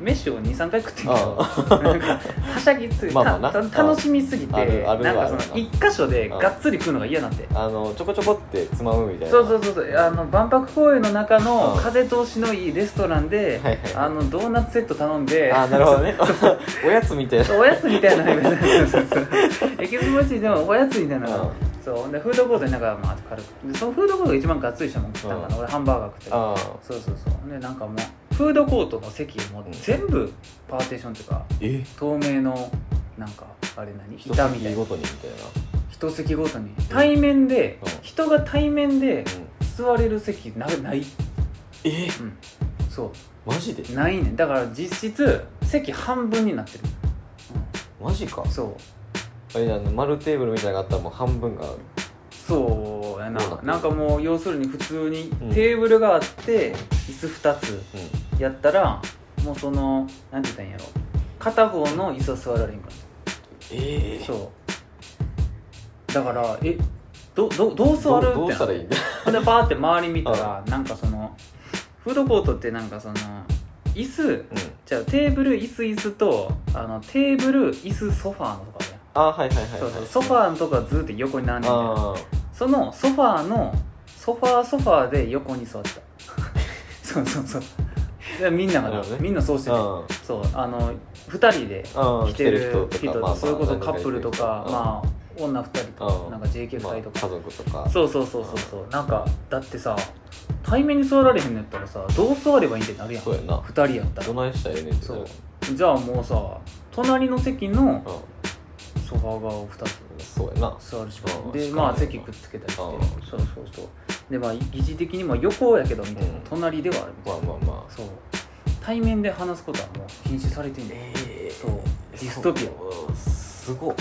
Speaker 1: 飯を23回食ってんけど
Speaker 2: あ
Speaker 1: なんかはしゃぎすぎ
Speaker 2: まあまあな
Speaker 1: たた楽しみすぎ
Speaker 2: あ
Speaker 1: て
Speaker 2: る
Speaker 1: な
Speaker 2: あ
Speaker 1: ん
Speaker 2: るは
Speaker 1: か
Speaker 2: あ
Speaker 1: そ
Speaker 2: る
Speaker 1: の一箇所でがっつり食うのが嫌なんて
Speaker 2: あのちょこちょこってつまむみたいな
Speaker 1: そうそうそうそうあの万博公園の中の
Speaker 2: うん
Speaker 1: 風通しのいいレストランで
Speaker 2: はいはい
Speaker 1: あのドーナツセット頼んで
Speaker 2: あなるほどねおやつみたいな
Speaker 1: おやつみたいなのがそうそうそう エキスポチでもおやつみたいなのが
Speaker 2: うん
Speaker 1: そうほんでフードコートになんかまあ軽くでそのフードコートが一番がっつりしたもん食ったんかな俺ハンバーガー食ったり
Speaker 2: あ
Speaker 1: そうそうそうほんでなんかもうフードコートの席もう全部パーテーションっていうか
Speaker 2: え
Speaker 1: 透明のなんかあれ何
Speaker 2: 一
Speaker 1: 板みたい
Speaker 2: 席
Speaker 1: な
Speaker 2: ごとにみたいな
Speaker 1: 一一席ごとに対面で、
Speaker 2: うん
Speaker 1: 人が対面で
Speaker 2: うん
Speaker 1: 座れる席なない、
Speaker 2: え
Speaker 1: うん、そ
Speaker 2: マジで
Speaker 1: うないねんだから実質席半分になってる、
Speaker 2: マジか
Speaker 1: うんそう
Speaker 2: えじゃあ丸テーブルみたいなのがあったらもう半分が
Speaker 1: そうやな
Speaker 2: そうだ
Speaker 1: なんかもう要するに普通に
Speaker 2: うん
Speaker 1: テーブルがあって、椅子2つ
Speaker 2: うん
Speaker 1: やったらもうそのなんて言ったらいいんやろ片方の椅子は座られへんから
Speaker 2: ええ
Speaker 1: そうだからえどどどう座るって
Speaker 2: どうしたらいいんだ
Speaker 1: ほんでバーって周り見たらなんかそのフードコートってなんかその椅子
Speaker 2: うん
Speaker 1: じゃあテーブル椅子椅子とあのテーブル椅子ソファーのとかね
Speaker 2: あはいはいはいはい
Speaker 1: そうそうソファーのとこはずっと横に並んでて
Speaker 2: あー
Speaker 1: そのソファーのソファーソファーで横に座ってた そうそうそうでみんな
Speaker 2: な
Speaker 1: がな
Speaker 2: るほどね
Speaker 1: みんなそうして
Speaker 2: う
Speaker 1: て
Speaker 2: ん
Speaker 1: そうあの2人で
Speaker 2: うん
Speaker 1: 来てる人
Speaker 2: 来てるまあまあ
Speaker 1: それこそカップルとか、
Speaker 2: うん
Speaker 1: まあ女2人と
Speaker 2: う
Speaker 1: か
Speaker 2: ん
Speaker 1: なんか JK2
Speaker 2: まあ
Speaker 1: 人とか、
Speaker 2: 家族とか
Speaker 1: そうそうそうそうそうなんかだってさ対面に座られへんのやったらさどう座ればいいんってなるやん
Speaker 2: そうやな
Speaker 1: 2人やったら
Speaker 2: どないしたらええねんってな
Speaker 1: そうじゃあもうさ隣の席の
Speaker 2: う
Speaker 1: ソファー側を2
Speaker 2: ん
Speaker 1: つ
Speaker 2: そうやな
Speaker 1: 座るしかな
Speaker 2: うん
Speaker 1: いで
Speaker 2: しかない
Speaker 1: まあ席くっつけたりして
Speaker 2: うん
Speaker 1: そうそうそうでまあ疑似的にも横やけどみたいな、
Speaker 2: うん
Speaker 1: 隣ではあるみたい
Speaker 2: ま
Speaker 1: な
Speaker 2: あまあまあ
Speaker 1: そう対面で話すことはもう禁止されてんねん
Speaker 2: え
Speaker 1: そうディストピア
Speaker 2: アすごい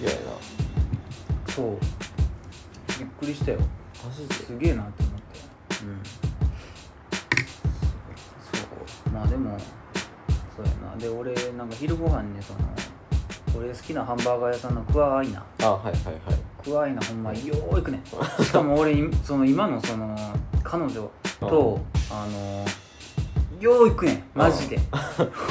Speaker 2: いややな
Speaker 1: そうびっくりしたよ
Speaker 2: マジです
Speaker 1: げえなって思ってうんそうまあでもそうやなで俺なんか昼ご飯ねその俺好きなハンバーガー屋さんのクワアイナ
Speaker 2: あはいはいはい
Speaker 1: クワアイナほんまよー行くねんしかも俺いその今のその彼女とあのよう行くねんマジで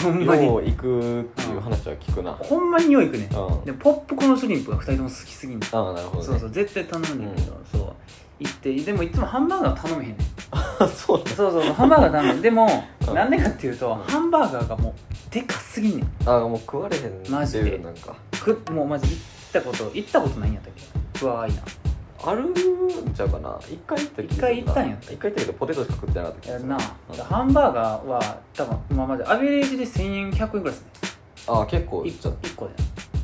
Speaker 1: ほんまに
Speaker 2: よう行くっていう話は聞くなうん
Speaker 1: ほんまによう行くねん
Speaker 2: あ
Speaker 1: でポップコーンシュリンプが2人とも好きすぎんねん
Speaker 2: あなるほど
Speaker 1: そう
Speaker 2: ね
Speaker 1: そう絶対頼んでるけど、そう行ってでもいつもハンバーガー頼めへんねん
Speaker 2: あ そうだ
Speaker 1: そうそうハンバーガー 頼むでも
Speaker 2: うん
Speaker 1: なんでかっていうと
Speaker 2: うん
Speaker 1: ハンバーガーがもうでかすぎんねん
Speaker 2: あもう食われへん
Speaker 1: マジで
Speaker 2: レベルなんか
Speaker 1: くもうマジ行ったこと行ったことないんやったっけクワアイナ
Speaker 2: あるんちゃうかな一回行った気がするな
Speaker 1: 一回行ったんやった
Speaker 2: 一回行ったけどポテトしか食ってなかった気が
Speaker 1: や
Speaker 2: す
Speaker 1: ん
Speaker 2: る
Speaker 1: な、
Speaker 2: うん
Speaker 1: ハンバーガーは多分今までアベレージで1000円100円ぐらいですね
Speaker 2: あ結構行っちゃっ
Speaker 1: 1, 個で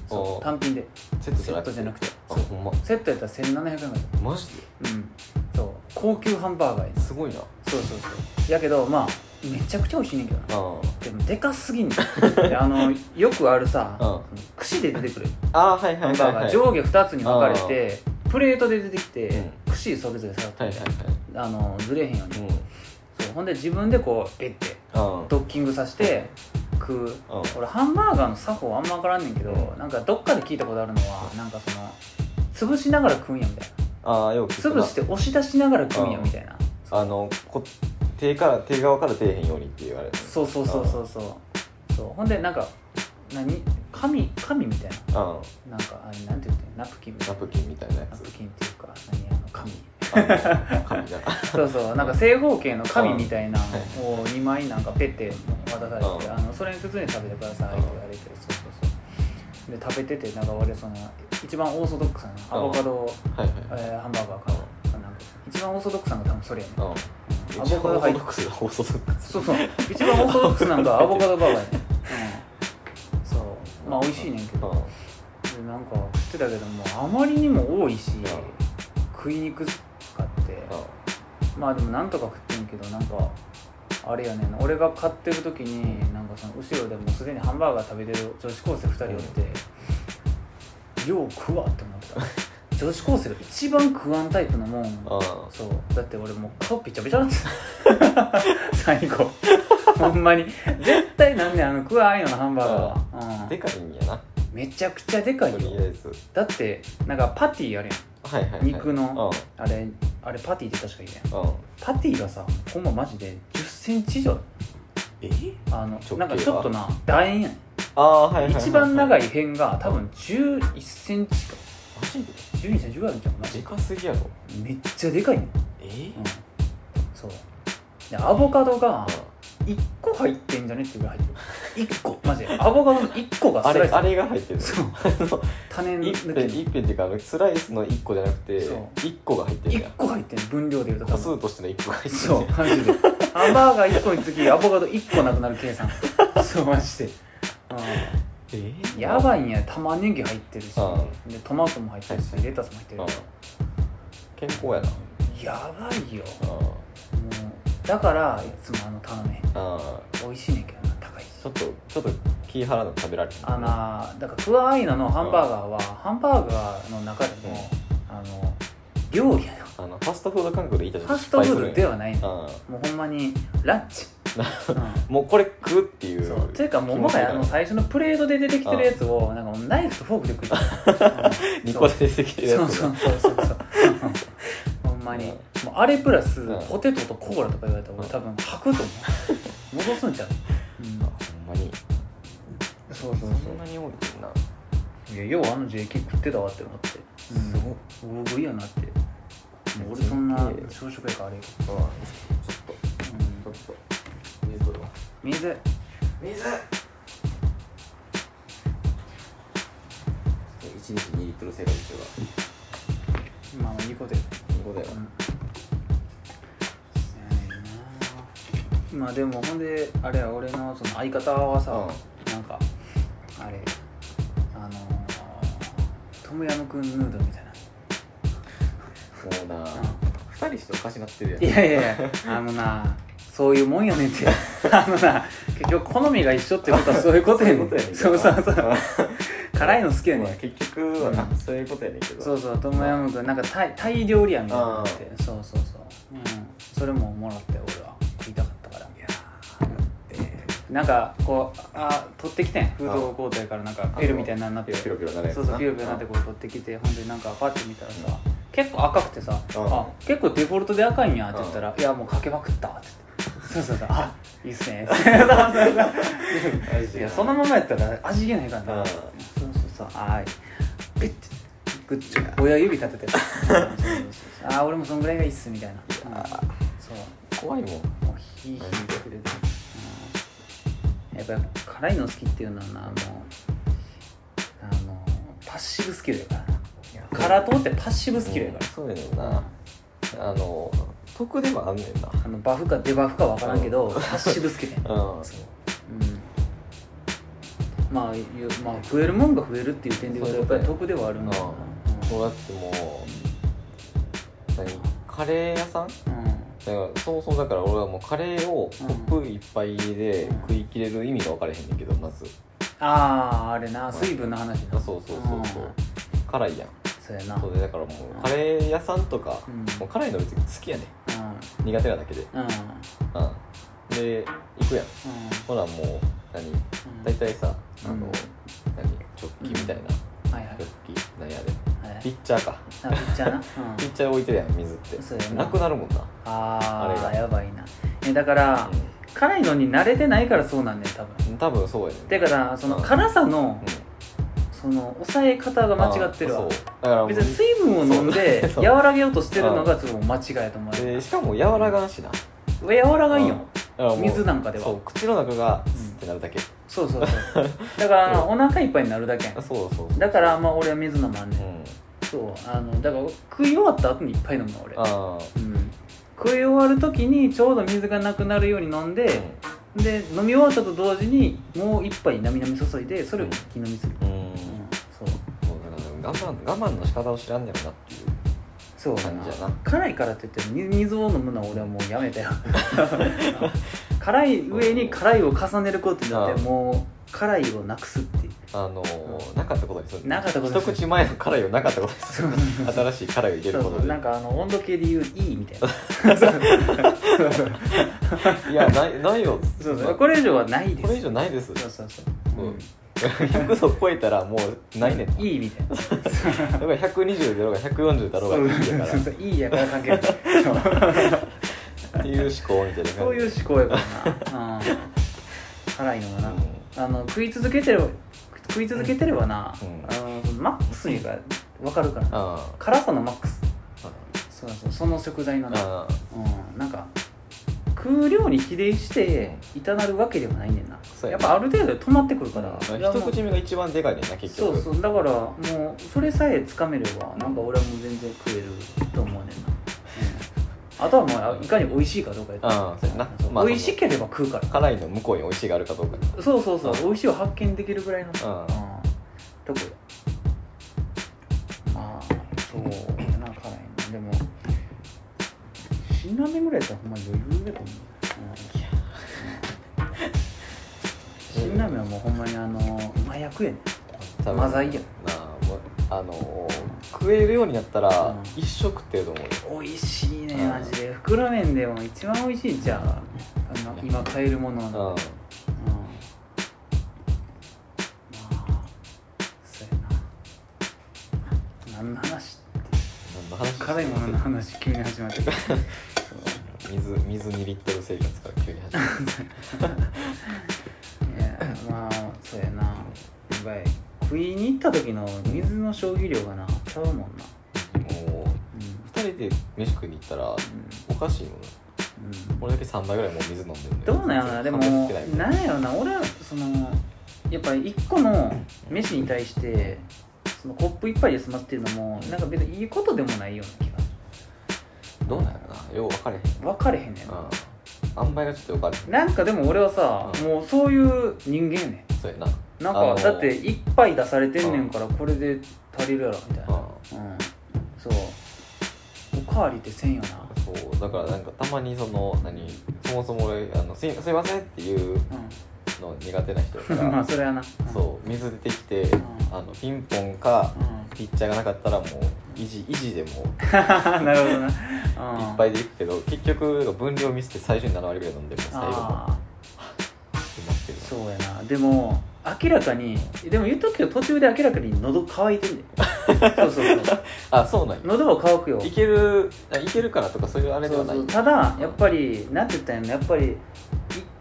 Speaker 1: そう
Speaker 2: あ
Speaker 1: 単品で
Speaker 2: たセットじ
Speaker 1: セ
Speaker 2: ゃ
Speaker 1: ッ
Speaker 2: な
Speaker 1: ト
Speaker 2: く
Speaker 1: じゃ
Speaker 2: て
Speaker 1: なくて
Speaker 2: あ
Speaker 1: そう
Speaker 2: ほんま
Speaker 1: セットやったら1700円ぐらいだ
Speaker 2: マジで
Speaker 1: うんそう高級ハンバーガーや
Speaker 2: すごいな
Speaker 1: そうそうそうやけどまあめちゃくちゃ美味しいねんけどな
Speaker 2: あ
Speaker 1: でもでかすぎんねんであのよくあるさ、
Speaker 2: うん
Speaker 1: 串で出てくる
Speaker 2: あはい
Speaker 1: ハ
Speaker 2: はい
Speaker 1: ン
Speaker 2: はい
Speaker 1: バー
Speaker 2: は
Speaker 1: ガ
Speaker 2: い
Speaker 1: ー上下2つに分かれてプレートで出てきて、
Speaker 2: うん
Speaker 1: 串それぞれさ、
Speaker 2: はいはいはい
Speaker 1: あのずれへんように、
Speaker 2: うん
Speaker 1: そうほんで自分でこうペッて
Speaker 2: あ
Speaker 1: ドッキングさせて食う、俺ハンバーガーの作法あんま分からんねんけど、
Speaker 2: うん
Speaker 1: なんかどっかで聞いたことあるのはなんかその潰しながら食うんやみたいな
Speaker 2: ああよく聞くな
Speaker 1: 潰して押し出しながら食うんやみたいな、
Speaker 2: あのこ手から手側から出えへんようにって言われる
Speaker 1: そうそうそうそうそうそうほんでなんか何紙紙みたいな
Speaker 2: あ
Speaker 1: なんかあれなんて言ってんのナプキンみたい
Speaker 2: ナ
Speaker 1: な
Speaker 2: プキンみたいなや
Speaker 1: ナ
Speaker 2: つ
Speaker 1: プキンっていうか何あの紙
Speaker 2: あの 紙が
Speaker 1: そうそうなんか正方形の紙みたいなのを2枚なんかペッて渡されて、
Speaker 2: うん
Speaker 1: あのそれに包んで食べてくださいって言われて、そうそうそうで食べててなんか俺その一番オーソドックスなアボカド、
Speaker 2: はいはい
Speaker 1: えーハンバーガー買うなんか一番オーソドックスなのが多分それやね
Speaker 2: あ
Speaker 1: ア
Speaker 2: あ
Speaker 1: ボ
Speaker 2: 一番
Speaker 1: カド
Speaker 2: オーソ
Speaker 1: 入っ
Speaker 2: ドックスがオーソドックス
Speaker 1: そうそう一番オーソドックスなのがアボカドバーガーやね、うん、そうまあ美味しいねんけど
Speaker 2: うん
Speaker 1: でなんか食ってたけどもあまりにも多いし
Speaker 2: ん
Speaker 1: 食いにくかってまあでもなんとか食ってんけどなんかあれやねんな俺が買ってる時になんかその後ろでもうすでにハンバーガー食べてる女子高生2人おってよう食わって思って た女子高生が一番食わんタイプのもん
Speaker 2: ああ
Speaker 1: そうだって俺もう顔びちゃびちゃなんですよ 最 後ほんまに絶対なんねんあの食わんよのハンバーガーは、う
Speaker 2: で
Speaker 1: ん、
Speaker 2: かいんやな
Speaker 1: めちゃくちゃでかい
Speaker 2: とり
Speaker 1: よ
Speaker 2: あえず
Speaker 1: だってなんかパティあるやん
Speaker 2: はいはいはい
Speaker 1: 肉の
Speaker 2: うん
Speaker 1: あれあれパティって確か言うやん
Speaker 2: うん
Speaker 1: パティがさほんまマジで1 0ンチ以上
Speaker 2: え
Speaker 1: あの
Speaker 2: 径
Speaker 1: な
Speaker 2: が
Speaker 1: んかちょっとな楕円やねん
Speaker 2: ああはいはいはいはい
Speaker 1: 一番長い辺が多分1 1ンチか
Speaker 2: マジで
Speaker 1: 1 2ンチぐらいあるんちゃうマ
Speaker 2: で
Speaker 1: ジ
Speaker 2: かすぎやろ
Speaker 1: めっちゃでかいねん、
Speaker 2: え
Speaker 1: うん、そうでアボカドが1個入ってんじゃねっていうぐらい入ってる1個マジでアボカドの1個が
Speaker 2: あ
Speaker 1: ス
Speaker 2: れ
Speaker 1: ライス
Speaker 2: あれが入ってる
Speaker 1: そう
Speaker 2: あ の
Speaker 1: 種
Speaker 2: 一
Speaker 1: 抜
Speaker 2: 辺
Speaker 1: き
Speaker 2: 一辺っていうかあのスライスの一個じゃなくて
Speaker 1: そう
Speaker 2: 一個が入ってるや
Speaker 1: 1
Speaker 2: ん
Speaker 1: 個入ってん分量でいうと多
Speaker 2: 個
Speaker 1: 分
Speaker 2: 数としての一個が入ってる
Speaker 1: そうマジでハンバーガー1個につきアボカド1個なくなる計算そうマジで、うん、
Speaker 2: ええ
Speaker 1: やばいんや玉ねぎ入ってるし、
Speaker 2: う
Speaker 1: でトマトも入ってるし、
Speaker 2: はい
Speaker 1: レタスも入ってる
Speaker 2: うん、健康やな
Speaker 1: やばいよ
Speaker 2: うんうん
Speaker 1: もうだからいつもあの頼め美味しいねんけどな高いし
Speaker 2: ちょっとちょっと気張らなく食べられる
Speaker 1: あなだからクアアイナのハンバーガーは、ハンバーガーの中でも、あの料理やな
Speaker 2: あのファストフード感覚でいいじゃん
Speaker 1: ファストフードではないの
Speaker 2: は
Speaker 1: もうほんまにラン チ、う
Speaker 2: もうこれ食うってい
Speaker 1: ん、
Speaker 2: う
Speaker 1: そうというかもうもはやあの最初のプレートで出てきてるやつをなんかもうナイフとフォークで食いたい
Speaker 2: 2個出てきてるやつ
Speaker 1: そう
Speaker 2: が
Speaker 1: そうそうそうそううんほんまに、
Speaker 2: うん
Speaker 1: もうあれプラス、
Speaker 2: うん
Speaker 1: ポテトとコーラとか言われたら俺多分吐くと思う戻すんちゃう、
Speaker 2: ほんまに
Speaker 1: うん、そうそう
Speaker 2: そんなに多いけどない
Speaker 1: やようあの JK 食ってたわって思って、
Speaker 2: すごっ
Speaker 1: 大食いやなってもう俺そんな
Speaker 2: JK
Speaker 1: 朝食やからあれやけ
Speaker 2: うんちょっと
Speaker 1: ど、
Speaker 2: ちょっと水取るわ
Speaker 1: うん、水
Speaker 2: 水1日2リットル生活してるわ
Speaker 1: まあ2個で
Speaker 2: ここだよ
Speaker 1: うんそやねんなまあでもほんであれや俺のその相方はさ、なんかあれあのー、トムヤムクンヌードルみたい な
Speaker 2: もうな2人しておかしなってる
Speaker 1: い
Speaker 2: やん
Speaker 1: やいやいやあのなそういうもんやねんってあのな結局好みが一緒ってことはそういうことやねん
Speaker 2: そういうことやねんけどな
Speaker 1: そうそうそう辛いの好きやねん
Speaker 2: まあ結局はなそういうことやねんけど
Speaker 1: そうそうトムヤムクンなんかタイタイ料理やみたいになってそうそうそう、うん、それももらって俺は食いたかったから
Speaker 2: いやーだって
Speaker 1: なんかこうあ取ってきてんフードコートやからなんかペルみたいになんなって
Speaker 2: ピロピロなるやつ
Speaker 1: そ
Speaker 2: な
Speaker 1: うそうピロピロなってこう取ってきてほんでなんかパッて見たらさ、結構赤くてさ、
Speaker 2: うん
Speaker 1: あ結構デフォルトで赤いんやって言ったら、いやもうかけまくったって言ってそうそうそうあいいっす ねそうそうそういやそのままやったら味気ないからな、
Speaker 2: うん
Speaker 1: そうそうそうはいグッてグッチョ親指立 ててそうそうそうそうあ俺もそんぐらいがいいっすみたいなうんそう
Speaker 2: 怖いもん
Speaker 1: もうヒーヒー言ってくれて、うん、やっぱ辛いの好きっていうのはなもうあのパッシブスキルやからな辛党ってパッシブスキルやから、
Speaker 2: そうやねんなあの得でもあんねんな
Speaker 1: あのバフかデバフか分からんけど、
Speaker 2: うん
Speaker 1: パッシブスキルやん、
Speaker 2: うん
Speaker 1: そううんまあ、いうまあ増えるもんが増えるっていう点で言うとやっぱり得ではあるんだよ
Speaker 2: そうだってもう何カレー屋さん
Speaker 1: なうん
Speaker 2: だからそもそもだから俺はもうカレーをコップいっぱいで食い切れる意味が分からへんねんけどまず
Speaker 1: あああれな水分の話な、
Speaker 2: あそうそうそうそ
Speaker 1: ん
Speaker 2: う辛いやん
Speaker 1: そうやな
Speaker 2: そうでだからもうカレー屋さんとか
Speaker 1: うん
Speaker 2: もう辛いの別に好きやねん苦手なだけで
Speaker 1: うんうん
Speaker 2: うんで行くやん
Speaker 1: う
Speaker 2: ほらもう何
Speaker 1: ん
Speaker 2: 大体さあの、
Speaker 1: うん
Speaker 2: 何チョッキみたいな、
Speaker 1: はいはい
Speaker 2: チョッキ何やで
Speaker 1: はい
Speaker 2: ピッチャーか
Speaker 1: あピッチャーな、うん
Speaker 2: ピッチャー置いてるやん水って
Speaker 1: そうやな
Speaker 2: なくなるもんな
Speaker 1: あ
Speaker 2: あれ
Speaker 1: あ
Speaker 2: が
Speaker 1: やばいなえだから、辛いのに慣れてないからそうなんねん多分
Speaker 2: うん多分そうやねん
Speaker 1: てかさその
Speaker 2: うん
Speaker 1: 辛さの
Speaker 2: うん
Speaker 1: その抑え方が間違ってる
Speaker 2: あ
Speaker 1: わ
Speaker 2: そうだからもう
Speaker 1: 別に水分を飲んで
Speaker 2: そうそう
Speaker 1: 和らげようとしてるのがちょっと間違いやと思う
Speaker 2: でしかも柔らかんしなだか
Speaker 1: え柔らがいんよ
Speaker 2: うんらもう
Speaker 1: 水なんかでは
Speaker 2: そう口の中がスッてなるだけ、
Speaker 1: そうそうそうだからあのお腹いっぱいになるだけやん
Speaker 2: あそうそうそう
Speaker 1: だからまあ俺は水飲まんねん
Speaker 2: うん
Speaker 1: そうあのだから食い終わった後にいっぱい飲むの俺、
Speaker 2: あ
Speaker 1: うん、食い終わる時にちょうど水がなくなるように飲んで、
Speaker 2: ー
Speaker 1: で飲み終わったと同時にもう一杯なみなみ注いでそれを一気飲みする、
Speaker 2: うん、うん
Speaker 1: うんそう
Speaker 2: もうだから我慢我慢の仕方を知らんねやろなっていう
Speaker 1: そうだ
Speaker 2: 感じや
Speaker 1: な
Speaker 2: な
Speaker 1: 辛いからって言ってみ水を飲むのは俺はもうやめ たよ辛い上に辛いを重ねることによって
Speaker 2: うん
Speaker 1: もう辛いをなくすっていう
Speaker 2: あのーなかったことにする
Speaker 1: なかったことにする
Speaker 2: 一口前の辛いをなかったことに する新しい辛いを入れ
Speaker 1: そ
Speaker 2: る
Speaker 1: う
Speaker 2: こ
Speaker 1: そ
Speaker 2: と
Speaker 1: う
Speaker 2: で
Speaker 1: なんかあの温度計で言う「いい」みたいな
Speaker 2: いやないないよ
Speaker 1: そうそうこれ以上はないです
Speaker 2: これ以上ないです
Speaker 1: そうそうそう
Speaker 2: う
Speaker 1: うん
Speaker 2: ん100度超えたらもうないねん
Speaker 1: いいみ たいな
Speaker 2: だから120だろうが140だろうがいいやか
Speaker 1: そうそういいやから関係ないそう
Speaker 2: らっていう思考みたいな感じ
Speaker 1: そういう思考やからな、うん、辛いのがな、あの食い続けてれば食い続けてればな、
Speaker 2: うん
Speaker 1: あのマックスにが分かるからな
Speaker 2: あ
Speaker 1: 辛さのマックス
Speaker 2: あ
Speaker 1: そうそうその食材のな、
Speaker 2: あ
Speaker 1: うん、なんか食う量に比例して至なるわけではないねんな
Speaker 2: そうや
Speaker 1: やっ
Speaker 2: な
Speaker 1: ぱある程度で止まってくる
Speaker 2: あ
Speaker 1: から、いやも
Speaker 2: 一
Speaker 1: う
Speaker 2: 口目が一番でかいねんな結
Speaker 1: そう
Speaker 2: 局
Speaker 1: そうだからもうそれさえつかめればなんか俺はもう全然食えると思うねんな、あとはもういかに美味しいかどうかやって
Speaker 2: うんそうやな
Speaker 1: そう美味しければ食うから
Speaker 2: 辛いの向こうに美味しいがあるかどうか
Speaker 1: そうそうそう、
Speaker 2: うん
Speaker 1: 美味しいを発見できるぐらいの、
Speaker 2: うん
Speaker 1: とこまあそうやな辛いのでも辛ラーメンぐらいやったらほんま余裕だと思う、うん、いや辛ラーメンはもうほんまにあの麻薬やね
Speaker 2: 多分
Speaker 1: マザイや
Speaker 2: なあもうあのー食えるようになったら
Speaker 1: うん
Speaker 2: 一食食ってると思うよ
Speaker 1: 美味しいね
Speaker 2: うん
Speaker 1: マジで袋麺でも一番美味しいんじゃんあの今買えるものの
Speaker 2: うん
Speaker 1: うんまあそうやな何の話
Speaker 2: 何の話
Speaker 1: 辛いものの話急に始まっ てそう
Speaker 2: 水水2リットル生活から急に始まる
Speaker 1: いやまあそうやなやばい食いに行った時の水の消費量がなちゃうもんな
Speaker 2: もう2人で飯食いに行ったら
Speaker 1: う
Speaker 2: おかしいもん
Speaker 1: んうん、うん
Speaker 2: 俺だけ3杯ぐらいもう水飲んでるんだよ
Speaker 1: どうなんやろなでも
Speaker 2: 半分食ってないもん
Speaker 1: なんやろな俺はそのやっぱり1個の飯に対してそのコップ1杯で済ませてるのもなんか別にいいことでもないような気
Speaker 2: どうなんやろなよう分かれへん
Speaker 1: が分かれへんねんな
Speaker 2: うん塩梅がちょっとよかれへん
Speaker 1: なんかでも俺はさ、
Speaker 2: うん
Speaker 1: もうそういう人間やね
Speaker 2: そうやな
Speaker 1: んなんか、
Speaker 2: あのー
Speaker 1: だって一杯出されてんねんからこれで足りるやろみたいな
Speaker 2: う
Speaker 1: うん、そうおかわりってせんよなん
Speaker 2: そうだからなんかたまにその何そもそも俺あのすいすいませんっていうの苦手な人やか
Speaker 1: うん まあ
Speaker 2: ら
Speaker 1: それはな
Speaker 2: そう水出てきて
Speaker 1: ん
Speaker 2: あのピンポンか
Speaker 1: うん、うん
Speaker 2: ピッチャーがなかったらもう維持維持でも
Speaker 1: なるほどな、うん、
Speaker 2: いっぱいでいくけど結局分量ミスって最初に7割ぐらい飲んでもう最後も
Speaker 1: ああ
Speaker 2: ってなってる
Speaker 1: そうやなでも明らかにでも言っとくけど途中で明らかに喉乾いてんね んそうそうそう
Speaker 2: あそうなんや
Speaker 1: 喉は乾くよ
Speaker 2: いけるあいけるからとかそういうあれでは
Speaker 1: そう
Speaker 2: ない
Speaker 1: そうただやっぱりなんて言ったんやろやっぱり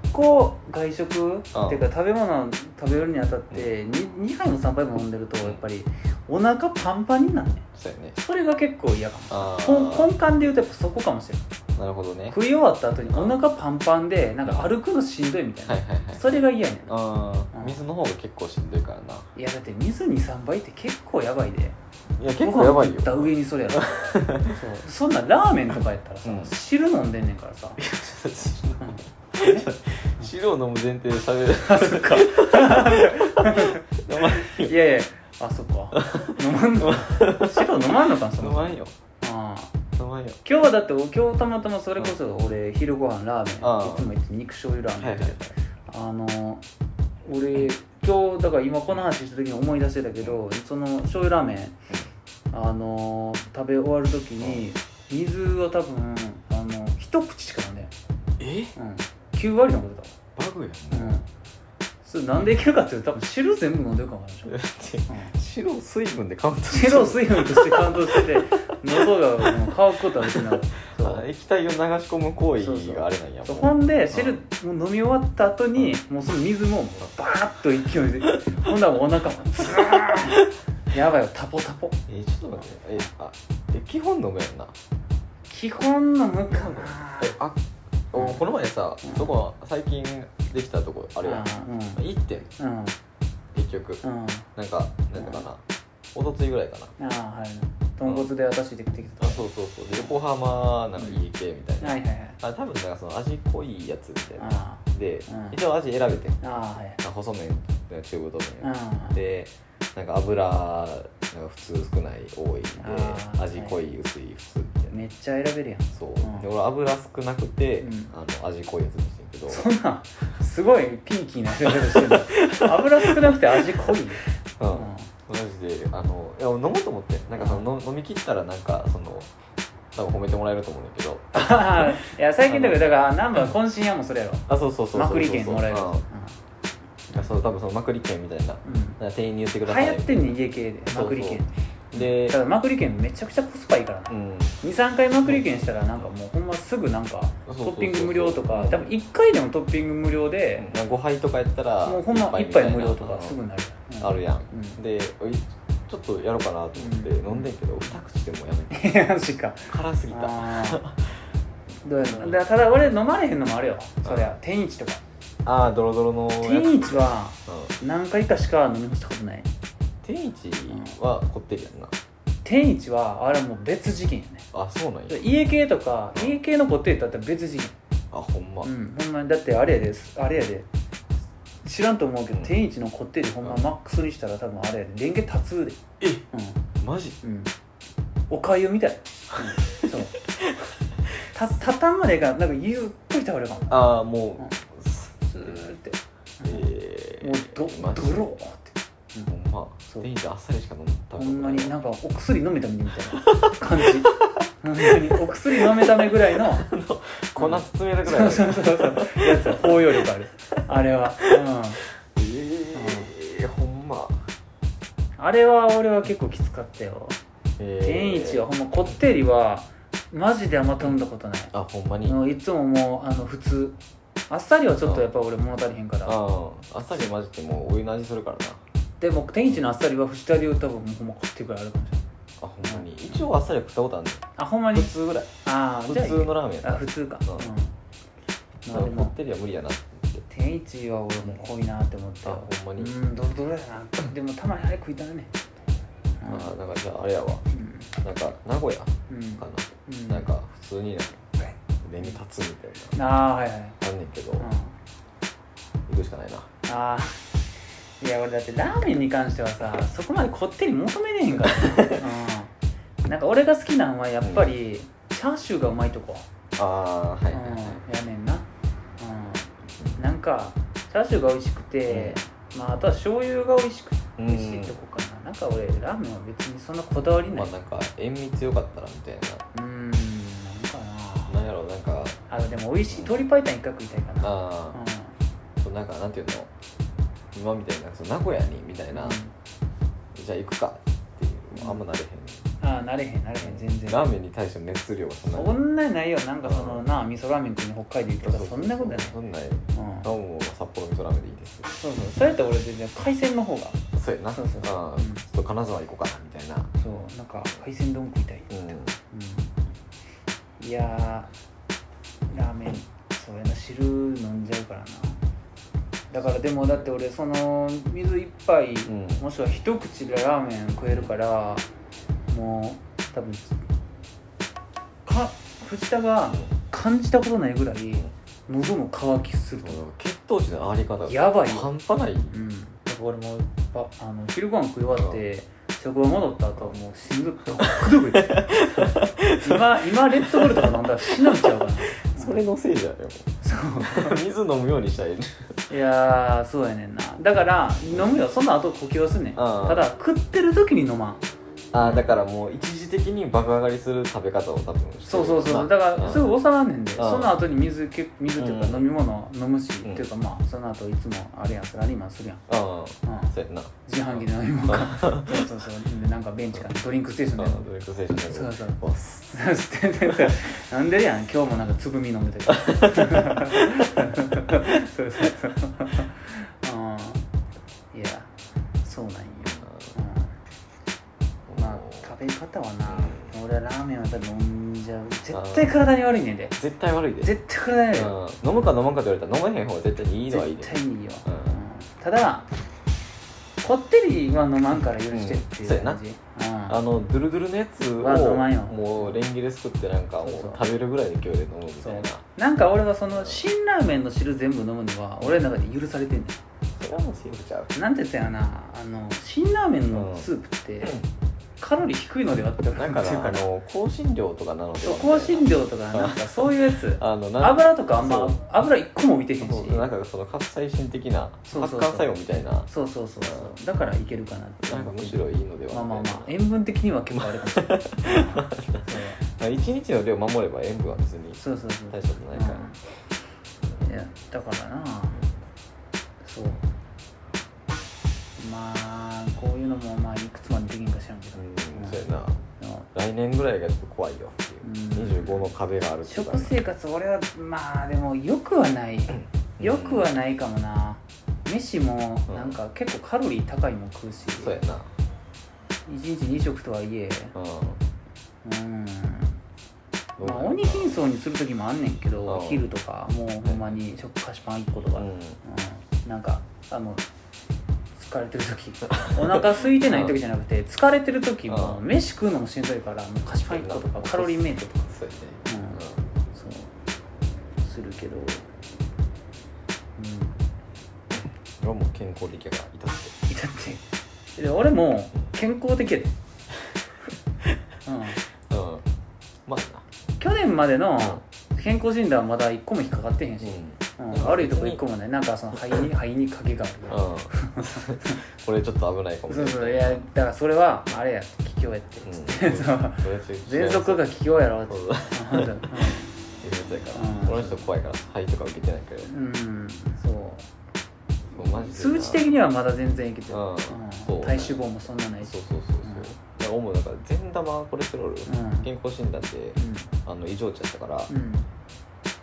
Speaker 1: 一個外食っていうか食べ物を食べるにあたってに 2, 杯も3杯も飲んでるとやっぱりお腹パンパンになんねん
Speaker 2: そうやね
Speaker 1: それが結構嫌かも
Speaker 2: あ
Speaker 1: こん根
Speaker 2: あ
Speaker 1: 幹で言うとやっぱそこかもしれない
Speaker 2: なるほどね
Speaker 1: 食い終わった後にお腹パンパンでなんか歩くのしんどいみたいな、
Speaker 2: はいはいはい
Speaker 1: それが嫌やねん
Speaker 2: ああ
Speaker 1: うん
Speaker 2: 水の方が結構しんどいからない
Speaker 1: やだって水23杯って結構やばいで
Speaker 2: いや結構やばい
Speaker 1: ご飯
Speaker 2: よ
Speaker 1: 食った上に それやろそうそんなラーメンとかやったらさ、
Speaker 2: うん
Speaker 1: 汁飲んでんねんからさ
Speaker 2: 汁を飲む前提で喋る
Speaker 1: あそっ か
Speaker 2: 飲まんよ
Speaker 1: いやいやあそっか飲まんの 白飲まんのかなそ
Speaker 2: 飲
Speaker 1: の
Speaker 2: まんよ
Speaker 1: ああ
Speaker 2: 飲まんよ
Speaker 1: 今日はだって今日たまたまそれこそ俺昼ご飯ラーメンいつ
Speaker 2: ああ
Speaker 1: も言って肉醤油ラー
Speaker 2: はい
Speaker 1: メン
Speaker 2: はい
Speaker 1: やってあの俺今日だから今この話した時に思い出してたけどその醤油ラーメンあの食べ終わる時に水は多分あの一口しか飲んでない
Speaker 2: え
Speaker 1: うん9割のことだわ
Speaker 2: バグや
Speaker 1: うんそれなんでいけるかっていうと多分汁全部飲んでるからなんでしょ
Speaker 2: んだって
Speaker 1: うん
Speaker 2: 汁を水分でカウントして
Speaker 1: 白を水分として感 動してて喉がもう乾くことはできないそ
Speaker 2: あ
Speaker 1: う
Speaker 2: 液体を流し込む行
Speaker 1: そうそ
Speaker 2: 為
Speaker 1: う
Speaker 2: があれなんや
Speaker 1: そう
Speaker 2: も
Speaker 1: ほんで汁もう飲み終わった後にもうその水もバーッと勢い でほんならもうお腹もズーンやばいよタポタポ
Speaker 2: うえちょっと待ってえあえ基本飲むやんな
Speaker 1: 基本のむかな
Speaker 2: えあおこの前さ
Speaker 1: うん
Speaker 2: そこは最近できたとこあるやん
Speaker 1: う
Speaker 2: 行ってん
Speaker 1: んうん
Speaker 2: 結局
Speaker 1: うん
Speaker 2: なんかなんだかなおとついぐらいかな
Speaker 1: ああはい豚骨で私できてき
Speaker 2: あそうそうそうで横浜なんか家系みたい
Speaker 1: た
Speaker 2: な
Speaker 1: はいはいはい
Speaker 2: あ多分なんかその味濃いやつみたいな
Speaker 1: あ
Speaker 2: で、
Speaker 1: うん
Speaker 2: 一応味選べてん
Speaker 1: あああはい
Speaker 2: あ細麺中太
Speaker 1: う
Speaker 2: 麺
Speaker 1: ん
Speaker 2: でなんか油なんか普通少ない多いで
Speaker 1: あー
Speaker 2: 味濃い薄い普通みたいな、
Speaker 1: めっちゃ選べるやん
Speaker 2: そう、
Speaker 1: ん
Speaker 2: で俺油少なくて、
Speaker 1: うん
Speaker 2: あの味濃いやつにしてんけど
Speaker 1: そんなんすごいピンキーなやり方してる の油少なくて味濃いね
Speaker 2: うんマジであのいや俺飲もうと思ってなんかその飲飲み切ったらなんかその多分褒めてもらえると思うんだけど
Speaker 1: いや最近だけどだから南蛮渾身やもんそれやろ
Speaker 2: あそうそうそうそうそう
Speaker 1: まくり券もらえる
Speaker 2: うんいやそう多分そのまくり券みたいな
Speaker 1: うん
Speaker 2: なんか店員に言ってください
Speaker 1: 流行ってんねん家系でまくり券
Speaker 2: で
Speaker 1: ただまくり券めちゃくちゃコスパいいからな
Speaker 2: うん
Speaker 1: 23回まくり券したらなんかもうほんますぐなんか
Speaker 2: そ
Speaker 1: ト
Speaker 2: うそうそう
Speaker 1: ッピング無料とか多分1回でもトッピング無料で
Speaker 2: なんか5杯とかやったら
Speaker 1: もうほんま
Speaker 2: 一
Speaker 1: 1
Speaker 2: みたい
Speaker 1: 杯
Speaker 2: な
Speaker 1: 無料とかすぐ
Speaker 2: うん
Speaker 1: なるやん
Speaker 2: あるやん、
Speaker 1: うん
Speaker 2: でおいちょっとやろうかなと思って
Speaker 1: うん
Speaker 2: 飲んでんけど二口でもうやめて
Speaker 1: いやマジか
Speaker 2: 辛すぎたあ
Speaker 1: あーどうやろだからただ俺飲まれへんのもあるよそりゃ天一とか
Speaker 2: あードロドロのやつ
Speaker 1: 天一は
Speaker 2: うん
Speaker 1: 何回かしか飲み干したことない
Speaker 2: 天一はこってりやんな
Speaker 1: 天天一はあれはもう別次元やね
Speaker 2: あそうなんや
Speaker 1: 家系とか家系のポテトだったら別次元
Speaker 2: あほんま、
Speaker 1: うんほんまにだってあれやであれやで知らんと思うけど、
Speaker 2: うん
Speaker 1: 天一のこってりほんま
Speaker 2: うん
Speaker 1: マックスにしたら多分あれやでレンゲ立つで
Speaker 2: え
Speaker 1: う
Speaker 2: マジ
Speaker 1: んうんおかゆみたい、うん、そうた畳んまでがなんかゆっくり倒れるかも
Speaker 2: ああもう、
Speaker 1: スーッて
Speaker 2: えー、
Speaker 1: もうど
Speaker 2: マジ
Speaker 1: ドローって
Speaker 2: ほんま
Speaker 1: そう
Speaker 2: 電気であっさりしか飲んだこと
Speaker 1: ほんま
Speaker 2: い
Speaker 1: になんかお薬飲めたみたいな感 じほんまにお薬飲めた目ぐらいの
Speaker 2: 粉包めるぐらい
Speaker 1: そ
Speaker 2: あ
Speaker 1: う
Speaker 2: る
Speaker 1: そうそうそうやつは包容力あるあれは
Speaker 2: えー、ほんま
Speaker 1: うんあれは俺は結構きつかったよ
Speaker 2: えー
Speaker 1: 天一はほんまこってりはマジであんま頼んだことない
Speaker 2: あほんま
Speaker 1: あ
Speaker 2: に、あ
Speaker 1: のいつももうあの普通あっさりはちょっとやっぱ俺物足りへんから
Speaker 2: ーあっさり混じってもうお湯の味するからな
Speaker 1: でも天一のあっさりは二人を多分もうほんまこってりぐらいあるかもしれない
Speaker 2: あほんまに一応あっさりは食ったことあるね
Speaker 1: あほんまに
Speaker 2: 普通ぐらい
Speaker 1: ああ
Speaker 2: 普
Speaker 1: じゃあいい
Speaker 2: 通のラーメンや
Speaker 1: あ
Speaker 2: な
Speaker 1: 普通か
Speaker 2: うん
Speaker 1: うんまあで
Speaker 2: なんかこ
Speaker 1: も
Speaker 2: ってりは無理やなって
Speaker 1: 天一は俺も濃いなって思って
Speaker 2: あほんまに
Speaker 1: うんドロドロやなでもたまにあれ食いたいね
Speaker 2: あーなんかじゃああれやわ
Speaker 1: うん
Speaker 2: なんか名古屋か
Speaker 1: うん
Speaker 2: な、
Speaker 1: うん
Speaker 2: なんか普通になんかレンゲ立つみたい
Speaker 1: ああはいはい
Speaker 2: なあんねんけど、
Speaker 1: うん
Speaker 2: 行くしかないな
Speaker 1: ああいや俺だってラーメンに関してはさそこまでこってり求めねえんからな、うん、なんか俺が好きなのはやっぱり、チャーシューがうまいとこ、
Speaker 2: あーはいはいはい、
Speaker 1: うん、やねんな、うん、なんかチャーシューが美味しくて、まああとは醤油が美味しく
Speaker 2: う
Speaker 1: 美味しいと
Speaker 2: ん
Speaker 1: こかな、なんか俺ラーメンは別にそんなこだわりな
Speaker 2: ま
Speaker 1: い、
Speaker 2: あなんか塩味強かったらみたい
Speaker 1: うんなんか
Speaker 2: な
Speaker 1: な
Speaker 2: なんやろうなんか
Speaker 1: あでも美味しい鶏白湯一回食いたいかな
Speaker 2: ああ、なんかなんていうの今みたいなその名古屋にみたい
Speaker 1: うん、
Speaker 2: な、
Speaker 1: うん
Speaker 2: じゃあ行くかっていうあんまなれへん、
Speaker 1: ああなれへんなれへん全然
Speaker 2: ラーメンに対しての熱量がそんな
Speaker 1: そんなにないよなんかその
Speaker 2: うん
Speaker 1: な味噌ラーメンっていうの北海道行ったからそんなことない
Speaker 2: そんない
Speaker 1: うん
Speaker 2: あもう札幌味噌ラーメンでいいです
Speaker 1: そうそうそれやって俺全然海鮮の方が
Speaker 2: そうやな
Speaker 1: そうそうそう
Speaker 2: ああ
Speaker 1: うん
Speaker 2: ちょっと金沢行こうかなみたいな
Speaker 1: そうなんか海鮮丼食いたい、
Speaker 2: う
Speaker 1: うん、いやーラーメンそうやな汁飲んじゃうからなだからでもだって俺その水一杯、
Speaker 2: ん、うん、
Speaker 1: もしくは一口でラーメン食えるからもう多分か藤田が感じたことないぐらい喉の渇きすると思う
Speaker 2: もう血糖値の上がり方が
Speaker 1: やばいよ
Speaker 2: 半端ない
Speaker 1: うんだから俺もばあの昼ご飯食い終わって職場戻った後はもう心臓 ドクドクいって今今レッドブルとか飲んだら死なんちゃうか な
Speaker 2: それのせいじゃんよ
Speaker 1: そう
Speaker 2: 水飲むようにしたい
Speaker 1: いやーそうやねんなだから飲むよその後呼吸はすんねん
Speaker 2: ああ
Speaker 1: ただ食ってる時に飲まん
Speaker 2: ああだからもう一時的に爆上がりする食べ方を多分してる
Speaker 1: そうそうそう
Speaker 2: な
Speaker 1: だからすぐ
Speaker 2: うん
Speaker 1: 収まんねんで
Speaker 2: ん
Speaker 1: その後に水け水っていうか
Speaker 2: うん
Speaker 1: 飲み物飲むしっ
Speaker 2: うん
Speaker 1: ていうかまあその後いつもあれやんサラリーマンするやん
Speaker 2: ああ
Speaker 1: うん
Speaker 2: そうやんな
Speaker 1: 自販機で飲み物かそうそうそうでなんかベンチからドリンクステーション
Speaker 2: あ
Speaker 1: で
Speaker 2: あドリンクセーション
Speaker 1: そうそ
Speaker 2: う
Speaker 1: う
Speaker 2: そう
Speaker 1: そして なんか飲んでるやん今日もなんかつぶみ飲ん でたけどそうそうそううんいやそうなんよ、うん、まあ食べ方はな俺はラーメンはやっぱ飲んじゃう絶対体に悪いねんで
Speaker 2: 絶対悪いで
Speaker 1: 絶対体に悪いよ
Speaker 2: うん飲むか飲まんかって言われたら飲まへん方が絶対にいいのはいいで
Speaker 1: 絶対にいいよ、
Speaker 2: うん
Speaker 1: ただこってりは飲まんから許してっていう感じ、うん
Speaker 2: あのドゥルドゥルのやつ
Speaker 1: わ飲
Speaker 2: を
Speaker 1: まんよ
Speaker 2: もうレンゲですくってなんかも
Speaker 1: そうそう
Speaker 2: う食べるぐらいの勢いで飲むみ
Speaker 1: そ
Speaker 2: た
Speaker 1: う
Speaker 2: いな
Speaker 1: なんか俺はその辛ラーメンの汁全部飲むのは俺の中で許されてんね
Speaker 2: それはもうセーフちゃうん
Speaker 1: なんて言 ったんやろなあの辛ラーメンのスープってカロリー低いのではって思って
Speaker 2: な
Speaker 1: る
Speaker 2: ん
Speaker 1: か
Speaker 2: からなあの香辛料とかなので
Speaker 1: そう
Speaker 2: は
Speaker 1: 香辛
Speaker 2: み
Speaker 1: 料とかなんかそういうやつ
Speaker 2: たいなあのなん
Speaker 1: 油とかあんま
Speaker 2: そう
Speaker 1: 油一個も見てへんし
Speaker 2: そうなんかその活細心的な
Speaker 1: そう
Speaker 2: 発
Speaker 1: そうそう
Speaker 2: 汗作用みたいな
Speaker 1: そうそうそうそうだからいけるかなって
Speaker 2: なんかむしろいいのでは
Speaker 1: まあまあまあ
Speaker 2: み
Speaker 1: 塩分的には結構あれかもし れない
Speaker 2: たいなまあ一日の量守れば塩分は別に
Speaker 1: そうそうそうそう
Speaker 2: 大したことないから、
Speaker 1: うんいやだからなそうまあこういうのもまあいくつまでできんか知らんけど、
Speaker 2: うんそう
Speaker 1: う
Speaker 2: や
Speaker 1: ん
Speaker 2: な来年ぐらいがちょっと怖いよっていう、
Speaker 1: うん
Speaker 2: 25の壁があるっていうか
Speaker 1: 食生活俺はまあでもよくはないよくはないかもな飯も
Speaker 2: うん
Speaker 1: なんか結構カロリー高いもん食うし
Speaker 2: そうやな
Speaker 1: 1日2食とはいえ
Speaker 2: う
Speaker 1: う
Speaker 2: ん
Speaker 1: んまあ鬼貧相にする時もあんねんけど
Speaker 2: うん
Speaker 1: 昼とかもうほんまに食菓子パン1個とか
Speaker 2: うん
Speaker 1: うんなんかあの疲れてる時お腹空いてない時じゃなくて疲れてる時も
Speaker 2: うん
Speaker 1: 飯食うのもしんどいからもう菓子パン1個とかカロリーメイトとか
Speaker 2: そうやね
Speaker 1: そうするけどう
Speaker 2: う
Speaker 1: ん
Speaker 2: ん俺も健康的やからいたって
Speaker 1: いたってで俺も健康 的やで、う
Speaker 2: うんまあ
Speaker 1: ん、去年までの
Speaker 2: な
Speaker 1: 健康診断はまだ1個も引っかかってへんし、うん
Speaker 2: うん
Speaker 1: 悪いとこ1個もないなんかその肺に肺に影があるぐらい
Speaker 2: うんこれちょっと危ないかもし
Speaker 1: そ
Speaker 2: れな
Speaker 1: う
Speaker 2: い
Speaker 1: そういやだからそれはあれや気境やって、
Speaker 2: うん
Speaker 1: つって そう
Speaker 2: これちょっと
Speaker 1: 喘息が気境やろって
Speaker 2: そうだ
Speaker 1: うんうん
Speaker 2: 自分やから、
Speaker 1: うん
Speaker 2: この人怖いから肺とか受けてないけど、
Speaker 1: うんそ
Speaker 2: もうマジ
Speaker 1: う
Speaker 2: で
Speaker 1: 数値的にはまだ全然いけてる、
Speaker 2: う
Speaker 1: うんん
Speaker 2: そう
Speaker 1: 体脂肪もそんなないし
Speaker 2: そうそうそうそう、う主だから善玉コレステロール、
Speaker 1: うん
Speaker 2: 健康診断で
Speaker 1: う
Speaker 2: あの異常値だったから、
Speaker 1: ん、うん、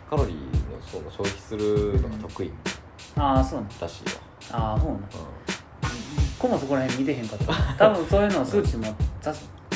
Speaker 2: カロリーのそう消費するのが得意
Speaker 1: ああそうな
Speaker 2: らしいわ、
Speaker 1: ああほうな
Speaker 2: う
Speaker 1: 一個もそこら辺見てへんかった多分そういうの数値もざ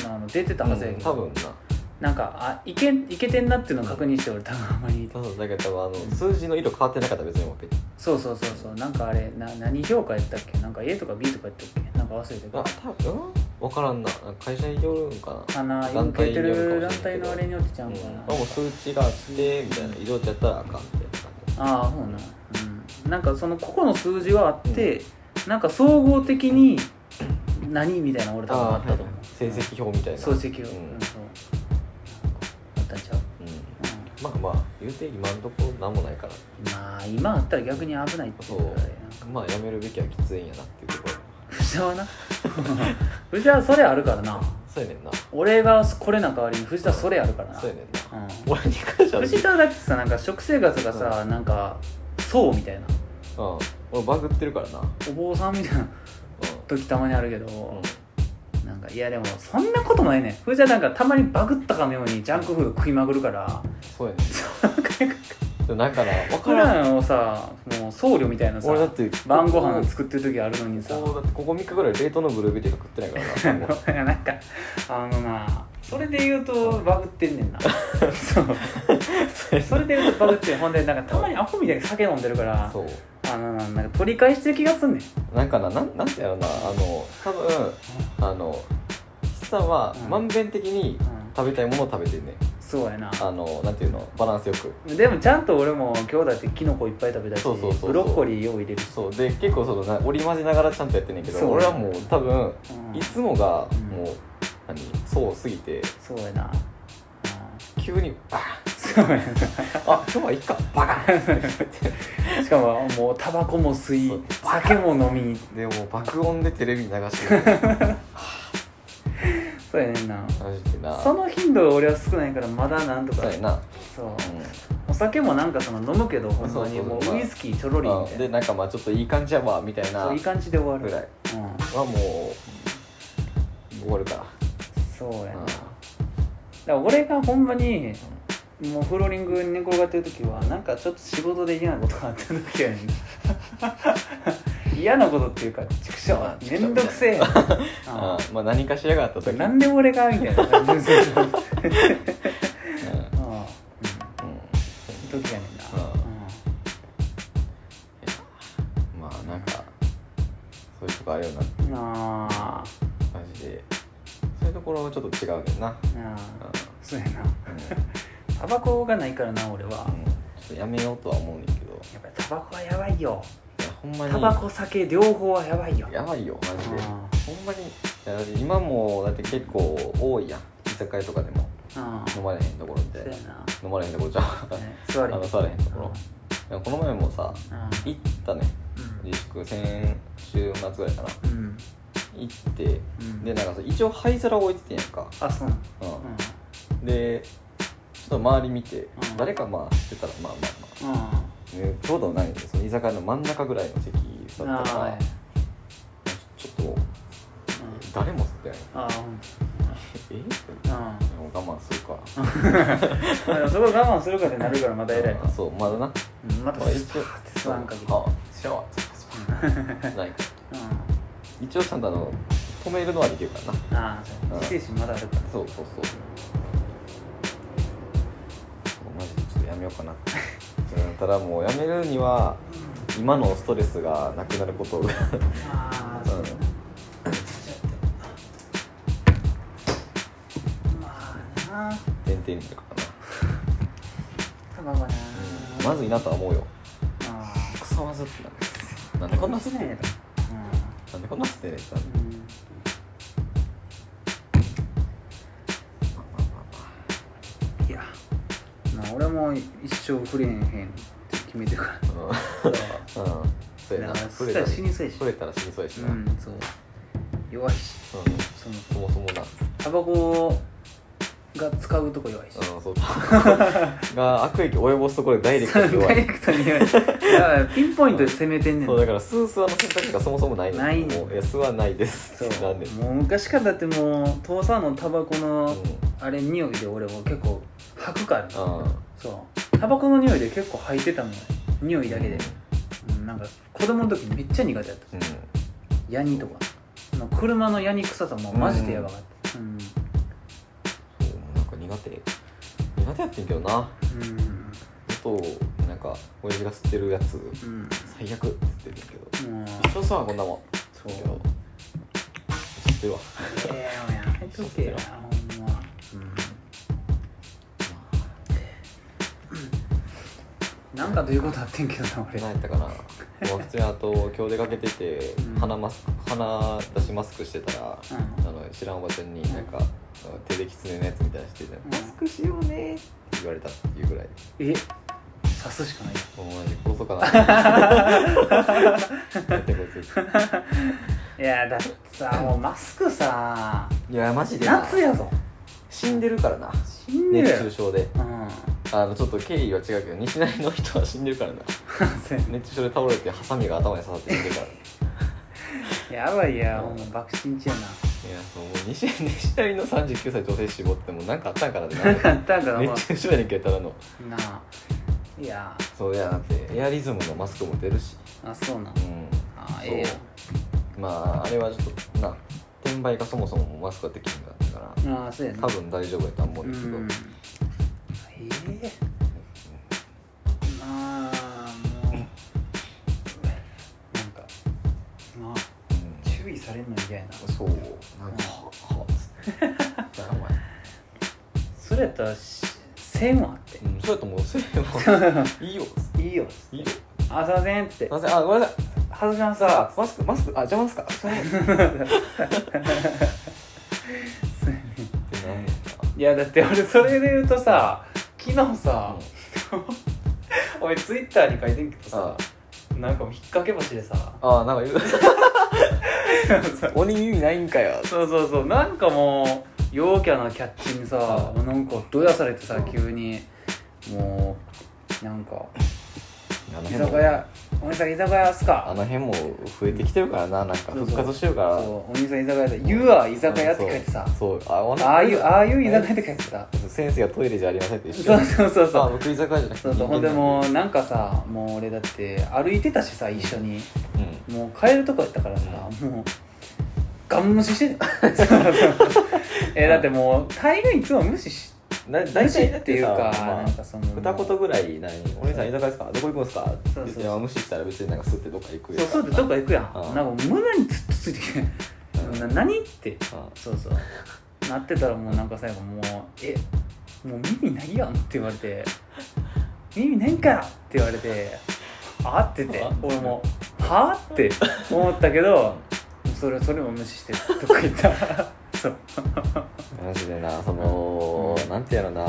Speaker 1: あの出てた
Speaker 2: ん
Speaker 1: はずやけど、
Speaker 2: 多分な
Speaker 1: なんかあいけいけてんなっていうのを確認して俺多分あんまり見て
Speaker 2: 多分だけど多分あの数字の色変わってなかったら別にもう
Speaker 1: そうそうそうそうなんかあれな何評価やったっけなんか A とか B とかやったっけなんか忘れてる
Speaker 2: あ多分分からんな会社によるんかな
Speaker 1: かな
Speaker 2: 団
Speaker 1: 受
Speaker 2: 体
Speaker 1: け
Speaker 2: に
Speaker 1: て
Speaker 2: よるか
Speaker 1: る団
Speaker 2: もしれんけ
Speaker 1: 体の
Speaker 2: ど
Speaker 1: あれによってちゃ
Speaker 2: う
Speaker 1: うんかな、
Speaker 2: あもう数値があってみたいな異常値やったらあかんみたいな感じ
Speaker 1: ああそうなうんなんかその個々の数字はあって、なんか総合的に何みたいな俺多分あったと思う、
Speaker 2: 成績表みたいな
Speaker 1: 成績を、
Speaker 2: うん
Speaker 1: うんそうあったんちゃう、
Speaker 2: うん
Speaker 1: うん
Speaker 2: まあまあ言うて今のところ何もないから
Speaker 1: まあ今あったら逆に危ないってい
Speaker 2: そう
Speaker 1: からね
Speaker 2: うまあやめるべきは喫煙やなっていうところ
Speaker 1: 藤田はな藤田はそれあるからな
Speaker 2: そうやねんな
Speaker 1: 俺がこれな代わりに藤田はそれあるからな
Speaker 2: そうやねんな
Speaker 1: う
Speaker 2: 俺に関して
Speaker 1: ん
Speaker 2: は
Speaker 1: 藤田だってさなんか食生活がさ、なんかそうみたいな
Speaker 2: うん俺バグってるからなうん
Speaker 1: お坊さんみたいな時たまにあるけど、
Speaker 2: うん
Speaker 1: なんかいやでもそんなことないね藤田なんかたまにバグったかのようにジャンクフード食いまぐるから
Speaker 2: そうやねんだから分
Speaker 1: 普
Speaker 2: からん
Speaker 1: 段をさもう僧侶みたいなさ
Speaker 2: 俺だって
Speaker 1: 晩ご飯作ってる時あるのにさ
Speaker 2: こうだってここ3日ぐらい冷凍のブルーベリーが食ってないからなもう
Speaker 1: なんかあのなそれで言うとバグってんねんなそうそれで言うとバグってんほんでなんかたまにアホみたいに酒飲んでる から
Speaker 2: そ
Speaker 1: あのななんか取り返してる気がすんねん
Speaker 2: うなんかななんなんてやろうなあの多分あの筆さんは
Speaker 1: うん
Speaker 2: まんべん的に食べたいものを食べてんねん
Speaker 1: そうやな
Speaker 2: あのなんていうのバランスよく
Speaker 1: でもちゃんと俺も今日だってキノコいっぱい食べたし
Speaker 2: そうそうそうそう
Speaker 1: ブロッコリー用意入れるし
Speaker 2: そうで結構そのな織り交ぜながらちゃんとやってんねんけ
Speaker 1: そ
Speaker 2: ど
Speaker 1: う
Speaker 2: 俺はもう多分
Speaker 1: うん
Speaker 2: いつもが
Speaker 1: うん
Speaker 2: もう何そうすぎて
Speaker 1: そうやな、
Speaker 2: 急に「あ
Speaker 1: そうや
Speaker 2: あ今日はいっかバカ!」
Speaker 1: なしかももうタバコも吸
Speaker 2: そう
Speaker 1: い酒も飲み
Speaker 2: でもう爆音でテレビ流してる
Speaker 1: そうやねんな
Speaker 2: マジでな
Speaker 1: その頻度が俺は少ないからまだなんとか
Speaker 2: そうやな、
Speaker 1: そう
Speaker 2: う
Speaker 1: お酒もなんかその飲むけどほんまに
Speaker 2: そうそ
Speaker 1: も
Speaker 2: う
Speaker 1: う
Speaker 2: そう
Speaker 1: ウイスキーちょろりみ
Speaker 2: ん、
Speaker 1: た
Speaker 2: で
Speaker 1: いな
Speaker 2: なんかまあちょっといい感じやわみたいな
Speaker 1: そういい感じで終わ
Speaker 2: ぐ
Speaker 1: る
Speaker 2: らいはもう終わるから
Speaker 1: うんそうやな
Speaker 2: うん
Speaker 1: だから俺がほんまにもうフローリングに寝転がってる時はなんかちょっと仕事で嫌なことがあった時やねん 嫌なことっていうか畜生
Speaker 2: あ畜生
Speaker 1: めんどく せえやんうん
Speaker 2: うんまあ何かしやがった時
Speaker 1: なんで俺がみたいな感じで
Speaker 2: う
Speaker 1: うん
Speaker 2: んうん
Speaker 1: 時やねんな
Speaker 2: うんまあなんかそういうとこあるよな
Speaker 1: うんなあ
Speaker 2: マジでそういうところはちょっと違うねんな
Speaker 1: な
Speaker 2: うん
Speaker 1: あそうやな
Speaker 2: うん
Speaker 1: タバコがないからな俺は
Speaker 2: うんちょっとやめようとは思うねんけど
Speaker 1: やっぱりタバコはやばいよ
Speaker 2: いやほんまに
Speaker 1: タバコ酒両方はやばいよ
Speaker 2: やばいよマジで
Speaker 1: あ
Speaker 2: ほんまにいやだって今もだって結構多いやん居酒屋とかでも
Speaker 1: あ
Speaker 2: 飲まれへんところみたい
Speaker 1: そ
Speaker 2: うな
Speaker 1: やな
Speaker 2: 飲まれへんところじゃん
Speaker 1: ね座
Speaker 2: あ
Speaker 1: れ
Speaker 2: の座れへんところいやこの前もさ
Speaker 1: あ
Speaker 2: 行ったね自粛先週末ぐらいかな
Speaker 1: うんうん
Speaker 2: 行って
Speaker 1: うん
Speaker 2: でなんかそう一応灰皿置いててんやんか、
Speaker 1: あそうなの
Speaker 2: う
Speaker 1: うん
Speaker 2: んでちょっと周り見て、
Speaker 1: ん
Speaker 2: 誰かまあ知ってたらまあまあま
Speaker 1: あ
Speaker 2: あ、ね、ちょうどないその居酒屋の真ん中ぐらいの席
Speaker 1: あ
Speaker 2: だったから、
Speaker 1: はい
Speaker 2: ちょちょっと
Speaker 1: うん
Speaker 2: 誰も吸ってない
Speaker 1: ああうん
Speaker 2: え
Speaker 1: あ
Speaker 2: もう我慢するか
Speaker 1: あでもそこ我慢するかってなるからまだ偉い
Speaker 2: あそうまだな
Speaker 1: うんまた
Speaker 2: まあ
Speaker 1: ス
Speaker 2: 一
Speaker 1: パ
Speaker 2: 応
Speaker 1: ーって吸わん限り
Speaker 2: あシャワースパス パないか
Speaker 1: うん
Speaker 2: 一応ちゃんとあの止めるのはできるからな
Speaker 1: ああそう自制心まだあるから
Speaker 2: そうそうそうマジでちょっとやめようかなってだったらもうやめるには今のストレスがなくなることが
Speaker 3: ああ
Speaker 2: う
Speaker 3: そうんだなまあな
Speaker 2: 点々とかか
Speaker 3: 卵な
Speaker 2: なまずいなとは思うよ
Speaker 1: あ
Speaker 2: クソまずってなるなんでこんな吸って
Speaker 3: ない
Speaker 2: んねんなんでこんな吸ってんねんってなる
Speaker 3: うんうん
Speaker 1: ーいやまあ俺も一生触れへんって決めてるか
Speaker 2: うんうん そうや
Speaker 1: らだ
Speaker 2: な
Speaker 1: か
Speaker 2: 触
Speaker 1: らそ
Speaker 2: れ
Speaker 1: したたら
Speaker 2: ら
Speaker 1: 死にそうやし
Speaker 2: 触れたら死にそうやしな、
Speaker 1: う
Speaker 2: うん
Speaker 1: んそう弱いしその
Speaker 2: そもそもな
Speaker 1: タバコが使うとこ弱いし
Speaker 2: うんそう が悪影及ぼすところでダイレクトに弱
Speaker 1: ダイレ
Speaker 2: い
Speaker 1: クトに 弱いだからピンポイントで攻めてんねん
Speaker 2: そうだからスースーの選択肢がそもそもないの
Speaker 1: ない
Speaker 2: もういやスーはないです
Speaker 1: そう
Speaker 2: なんで、うん、
Speaker 1: もう昔からだってもう父さんのタバコのあれ匂いで俺も結構吐くから
Speaker 2: あ
Speaker 1: そうタバコの匂いで結構吐いてたもん匂いだけで、うん、なんか子供の時めっちゃ苦手だった
Speaker 2: うん
Speaker 1: ヤニとかあの車のヤニ臭さもマジでやばかったうん
Speaker 2: そうなんか苦手苦手やってんけどな
Speaker 1: うん
Speaker 2: あとなんか親父が吸ってるやつ
Speaker 1: うん
Speaker 2: 最悪って言ってるけど
Speaker 1: もう
Speaker 2: 一緒さこんなもん
Speaker 1: そう
Speaker 2: けど吸 ってるわ
Speaker 1: ええやめとけやほんまなんかということあってんけどな俺
Speaker 2: 何やったかなもう普通にあと今日出かけてて、
Speaker 1: うん
Speaker 2: 鼻マスク鼻出しマスクしてたら、
Speaker 1: うん
Speaker 2: あの知らんおばちゃんになんか、手で狐のやつみたいなのしてて、
Speaker 1: ん
Speaker 2: マスクしようね」って言われたっていうぐらい
Speaker 1: え刺すしかない
Speaker 2: もうマジ殺そうかな やってこいつ
Speaker 1: いやだってさもうマスクさ
Speaker 2: いやマジでな
Speaker 1: 夏やぞ
Speaker 2: 死んでるからな
Speaker 1: 死んでる
Speaker 2: 熱中症で
Speaker 1: うん
Speaker 2: あのちょっと経緯は違うけど西成の人は死んでるからな
Speaker 1: そうやね
Speaker 2: 熱中症で倒れてハサミが頭に刺さって死んでる から
Speaker 1: やばいやほんま爆心地やない
Speaker 2: やそうもう西西成の39歳女性死亡ってもうなんかあったんかなってな
Speaker 1: なんかあったんかな
Speaker 2: 熱中症やねんけどただの
Speaker 1: なあいや
Speaker 2: そういやだってエアリズムのマスクも出るし
Speaker 1: あそうなん
Speaker 2: うん
Speaker 1: あええや
Speaker 2: まああれはちょっとな転売がそもそもマスクができなかったか
Speaker 1: んあそうや
Speaker 2: ら
Speaker 1: な
Speaker 2: 多分大丈夫やとは思う
Speaker 1: うん
Speaker 2: ですけど、
Speaker 1: んええまあもうなんかまあ
Speaker 2: う
Speaker 1: 注意されるの嫌やなん
Speaker 2: そうなんかははっつってなんやお前
Speaker 1: それやったらし線はあって
Speaker 2: うんそうやと思うせ えもいいよ
Speaker 1: いいよ
Speaker 2: いいよす
Speaker 1: あすいませんっつっ
Speaker 2: い
Speaker 1: て
Speaker 2: ませんあごめんなさい
Speaker 1: 外しました
Speaker 2: あマスクマスクあ邪魔ですかすいませんってなんね
Speaker 1: いやだって俺それで言うとさ昨日さ、俺ツイッターに書いてんけど
Speaker 2: んなあ
Speaker 1: さなんかもう引っ掛け橋でさ
Speaker 2: ああなんか言う 鬼意味ないんかよ
Speaker 1: そうそうそうなんかもう陽キャなキャッチにさ
Speaker 2: う
Speaker 1: なんかどやされてさ急にもうなんか
Speaker 2: あの
Speaker 1: 居
Speaker 2: 辺
Speaker 1: 酒
Speaker 2: も
Speaker 1: 屋お兄さん居酒屋っす
Speaker 2: あ
Speaker 1: か
Speaker 2: の辺も増えてきてるからななんか
Speaker 1: そうそう
Speaker 2: 復活してるから
Speaker 1: そうお兄さん居酒屋で「湯は居酒屋」って書いてさ
Speaker 2: そうそうあお腹
Speaker 1: ああいうああいう居酒屋って書いてさ
Speaker 2: 先生がトイレじゃありませんって一緒
Speaker 1: そうそうそうそ
Speaker 2: あ
Speaker 1: う
Speaker 2: 僕居酒屋じゃなくて
Speaker 1: そうそうほんでもうなんかさもう俺だって歩いてたしさ一緒に
Speaker 2: うん
Speaker 1: もう帰るとこやったからさ、もうガン無視して たそうそうえだってもう大概いつも無視し
Speaker 2: な
Speaker 1: 無
Speaker 2: 大
Speaker 1: 視
Speaker 2: 体
Speaker 1: っていう
Speaker 2: だ
Speaker 1: か、
Speaker 2: てさまあ
Speaker 1: なんかその
Speaker 2: 二言ぐらい何「お兄さん居酒屋ですかどこ行くんですか?」って言っ
Speaker 1: そう
Speaker 2: て
Speaker 1: そう
Speaker 2: まあ無視したら別になんかスってどっか行く
Speaker 1: そうそうってどっか行くやん
Speaker 2: ああ
Speaker 1: なんか胸にずっとついてきて
Speaker 2: うん
Speaker 1: な何って
Speaker 2: あ
Speaker 1: そうそうなってたらもうなんか最後もう「えもう耳ないやん」って言われて「耳ないんかよ!」って言われて「あ」ってて
Speaker 2: あ
Speaker 1: 俺も「はあ?」って思ったけどそれそれも無視してどっか 行ったそう
Speaker 2: マジでなその、
Speaker 1: うん
Speaker 2: なんてやろな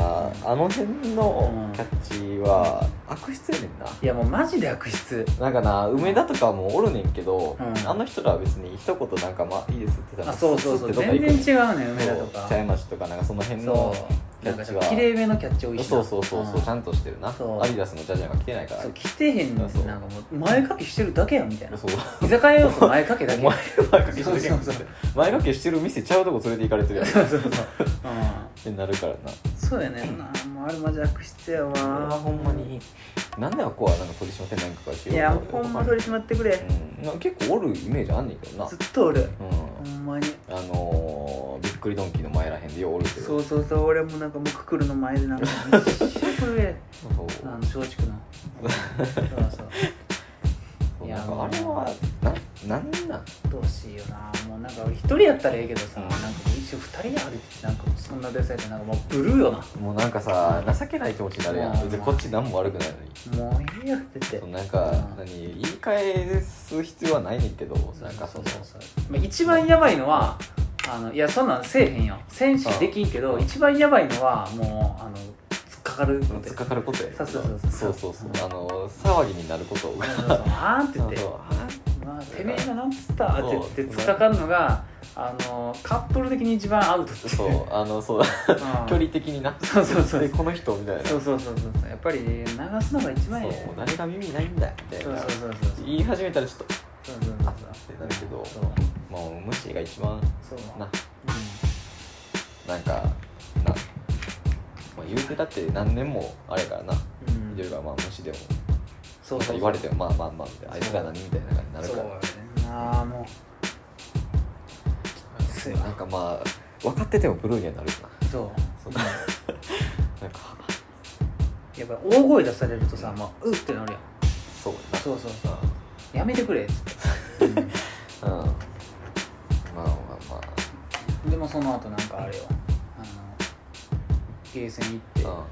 Speaker 2: あの辺の
Speaker 1: うん
Speaker 2: キャッチは悪質やねんない
Speaker 1: やもうマジで悪質
Speaker 2: なんかな梅田とかもおるねんけど、
Speaker 1: うん
Speaker 2: あの人らは別に一言なんか「まあいいです」って言ったら
Speaker 1: あそうそうそう
Speaker 2: スッてどっ
Speaker 1: 全
Speaker 2: か行くねん
Speaker 1: 然違うね梅田と
Speaker 2: そう
Speaker 1: か
Speaker 2: 茶屋町とかなんかその辺の
Speaker 1: そう
Speaker 2: キャ
Speaker 1: なんか
Speaker 2: ッチ
Speaker 1: さ
Speaker 2: は
Speaker 1: きれいめのキャッチ多いしな
Speaker 2: そうそうそうそう、
Speaker 1: ん
Speaker 2: ちゃんとしてるな
Speaker 1: そう
Speaker 2: アディダスのジャジャンが来てないから
Speaker 1: そう来てへんの
Speaker 2: そう
Speaker 1: なんかもう前掛けしてるだけやんみたいな
Speaker 2: そう
Speaker 1: 居酒屋要素前掛け
Speaker 2: お
Speaker 1: だ
Speaker 2: 前
Speaker 1: け
Speaker 2: 前掛けしてる
Speaker 1: そうそうそう
Speaker 2: 前掛けしてる店ちゃうとこ連れて行かれてるやんっ
Speaker 1: そうそうそうう
Speaker 2: てなるからなん
Speaker 1: そうやねんなもうあれマジ悪質やわ
Speaker 2: ほんまになんであっこはなんか取り締まってないんかが知
Speaker 1: いやほんま取り締まってくれ
Speaker 2: うんなんか結構おるイメージあんねんけどな
Speaker 1: ずっとおる
Speaker 2: うん
Speaker 1: ほんまに
Speaker 2: あのー、びっくりドンキーの前らへんでようおるけど
Speaker 1: そうそうそう俺もなんかもうククルの前でなんか めっちゃ震え
Speaker 2: そう
Speaker 1: あの松竹のそうそう
Speaker 2: なんかあれはななんなん
Speaker 1: どうしいよなもうなんか俺一人やったらええけど
Speaker 2: う
Speaker 1: さ、
Speaker 2: ん
Speaker 1: なんかもう一緒二人で歩いててなんかもうそんな出されてなんかもうブルーよな
Speaker 2: もうなんかさ情けない気持ちになるやん
Speaker 1: うん
Speaker 2: でこっち何も悪くないのに
Speaker 1: もういいよって言って
Speaker 2: そうなんか
Speaker 1: うん
Speaker 2: 何言い返す必要はないねんけどなんかその
Speaker 1: うまあ一番やばいのはあのいやそんなんせえへんよ戦士できんけど
Speaker 2: うん
Speaker 1: 一番やばいのはもうあの突っかかるので
Speaker 2: 突っかかることや
Speaker 1: そうそうそ
Speaker 2: そ
Speaker 1: うそうう
Speaker 2: そうそうあの騒ぎになることが
Speaker 1: そうそうそうあーんって言って
Speaker 2: そうあ
Speaker 1: まあ、てめえがなんつったって言って
Speaker 2: そう
Speaker 1: 突っかかるのがあのカップル的に一番アウトっていう
Speaker 2: そうあのそう
Speaker 1: うん
Speaker 2: 距離的にな
Speaker 1: そうそうそう
Speaker 2: でこの人みたいな
Speaker 1: そうそうそうそうやっぱり流すのが一番いい
Speaker 2: そう誰が耳ないんだみたい
Speaker 1: そう
Speaker 2: な
Speaker 1: そうそうそう
Speaker 2: 言い始めたらちょっと
Speaker 1: そうそうそう
Speaker 2: あってなるけど
Speaker 1: そう
Speaker 2: まあ無視が一番
Speaker 1: そう
Speaker 2: な
Speaker 1: う
Speaker 2: なんかな、まあ、言うてだって何年もあれやからな、
Speaker 1: んうん
Speaker 2: 見てるからまあ無視でも
Speaker 1: そう
Speaker 2: また
Speaker 1: そう
Speaker 2: 言われてもまあまあまあみたいなあいつら何みたいな感じになる
Speaker 1: そう
Speaker 2: か
Speaker 1: や
Speaker 2: ら
Speaker 1: ねんなもうきつい
Speaker 2: なんかまあ分かっててもブルーにはなるよな
Speaker 1: そう
Speaker 2: そう なんか
Speaker 1: やっぱ大声出されるとさ、まあ、うってなるやん
Speaker 2: そうな
Speaker 1: そうそうそうやめてくれっつって、
Speaker 2: うんまあまあま
Speaker 1: うんでもその後なんかあれよあのゲーセン行って
Speaker 2: あ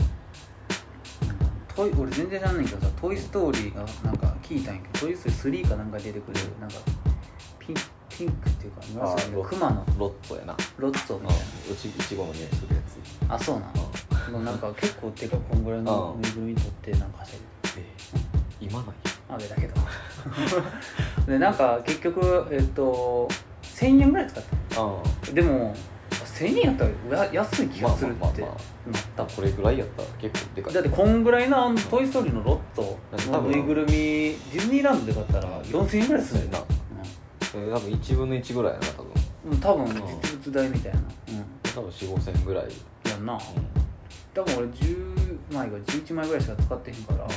Speaker 1: トイ俺全然知らんねんけどさ「トイ・ストーリー」がなんか聞いたんやけど「トイ・ストーリー」3かなんか出てくるなんかピンピンクっていうか紫の
Speaker 2: あー
Speaker 1: クマの
Speaker 2: ロットやな
Speaker 1: ロッツォ
Speaker 2: うん
Speaker 1: みたいな
Speaker 2: うちいちごの匂いするやつ
Speaker 1: あそうな
Speaker 2: うん
Speaker 1: のなんか結構でかいこんぐらいの
Speaker 2: うん
Speaker 1: ぬいぐるみ取ってなんか走る
Speaker 2: ええ今ない
Speaker 1: あれだけど でなんか結局えっと1000円ぐらい使った
Speaker 2: あ
Speaker 1: でも1000円やったらや安い気がする
Speaker 2: まあ
Speaker 1: って
Speaker 2: まあ
Speaker 1: な
Speaker 2: まあま
Speaker 1: った
Speaker 2: あこれぐらいやったら結構でかい
Speaker 1: だってこんぐらいのあの「トイ・ストーリー」のロット
Speaker 2: 多
Speaker 1: の
Speaker 2: 分
Speaker 1: ぬいぐるみディズニーランドで買ったら4000円ぐらいす
Speaker 2: そう
Speaker 1: る
Speaker 2: や
Speaker 1: よな、
Speaker 2: なえー多分1分の1ぐらいやな多分
Speaker 1: うんうん、多分
Speaker 2: ん
Speaker 1: 実物大みたいな、う
Speaker 2: 多分4 5千円ぐらい、うん
Speaker 1: ん、やんな多分俺10枚が11枚ぐらいしか使ってへんから、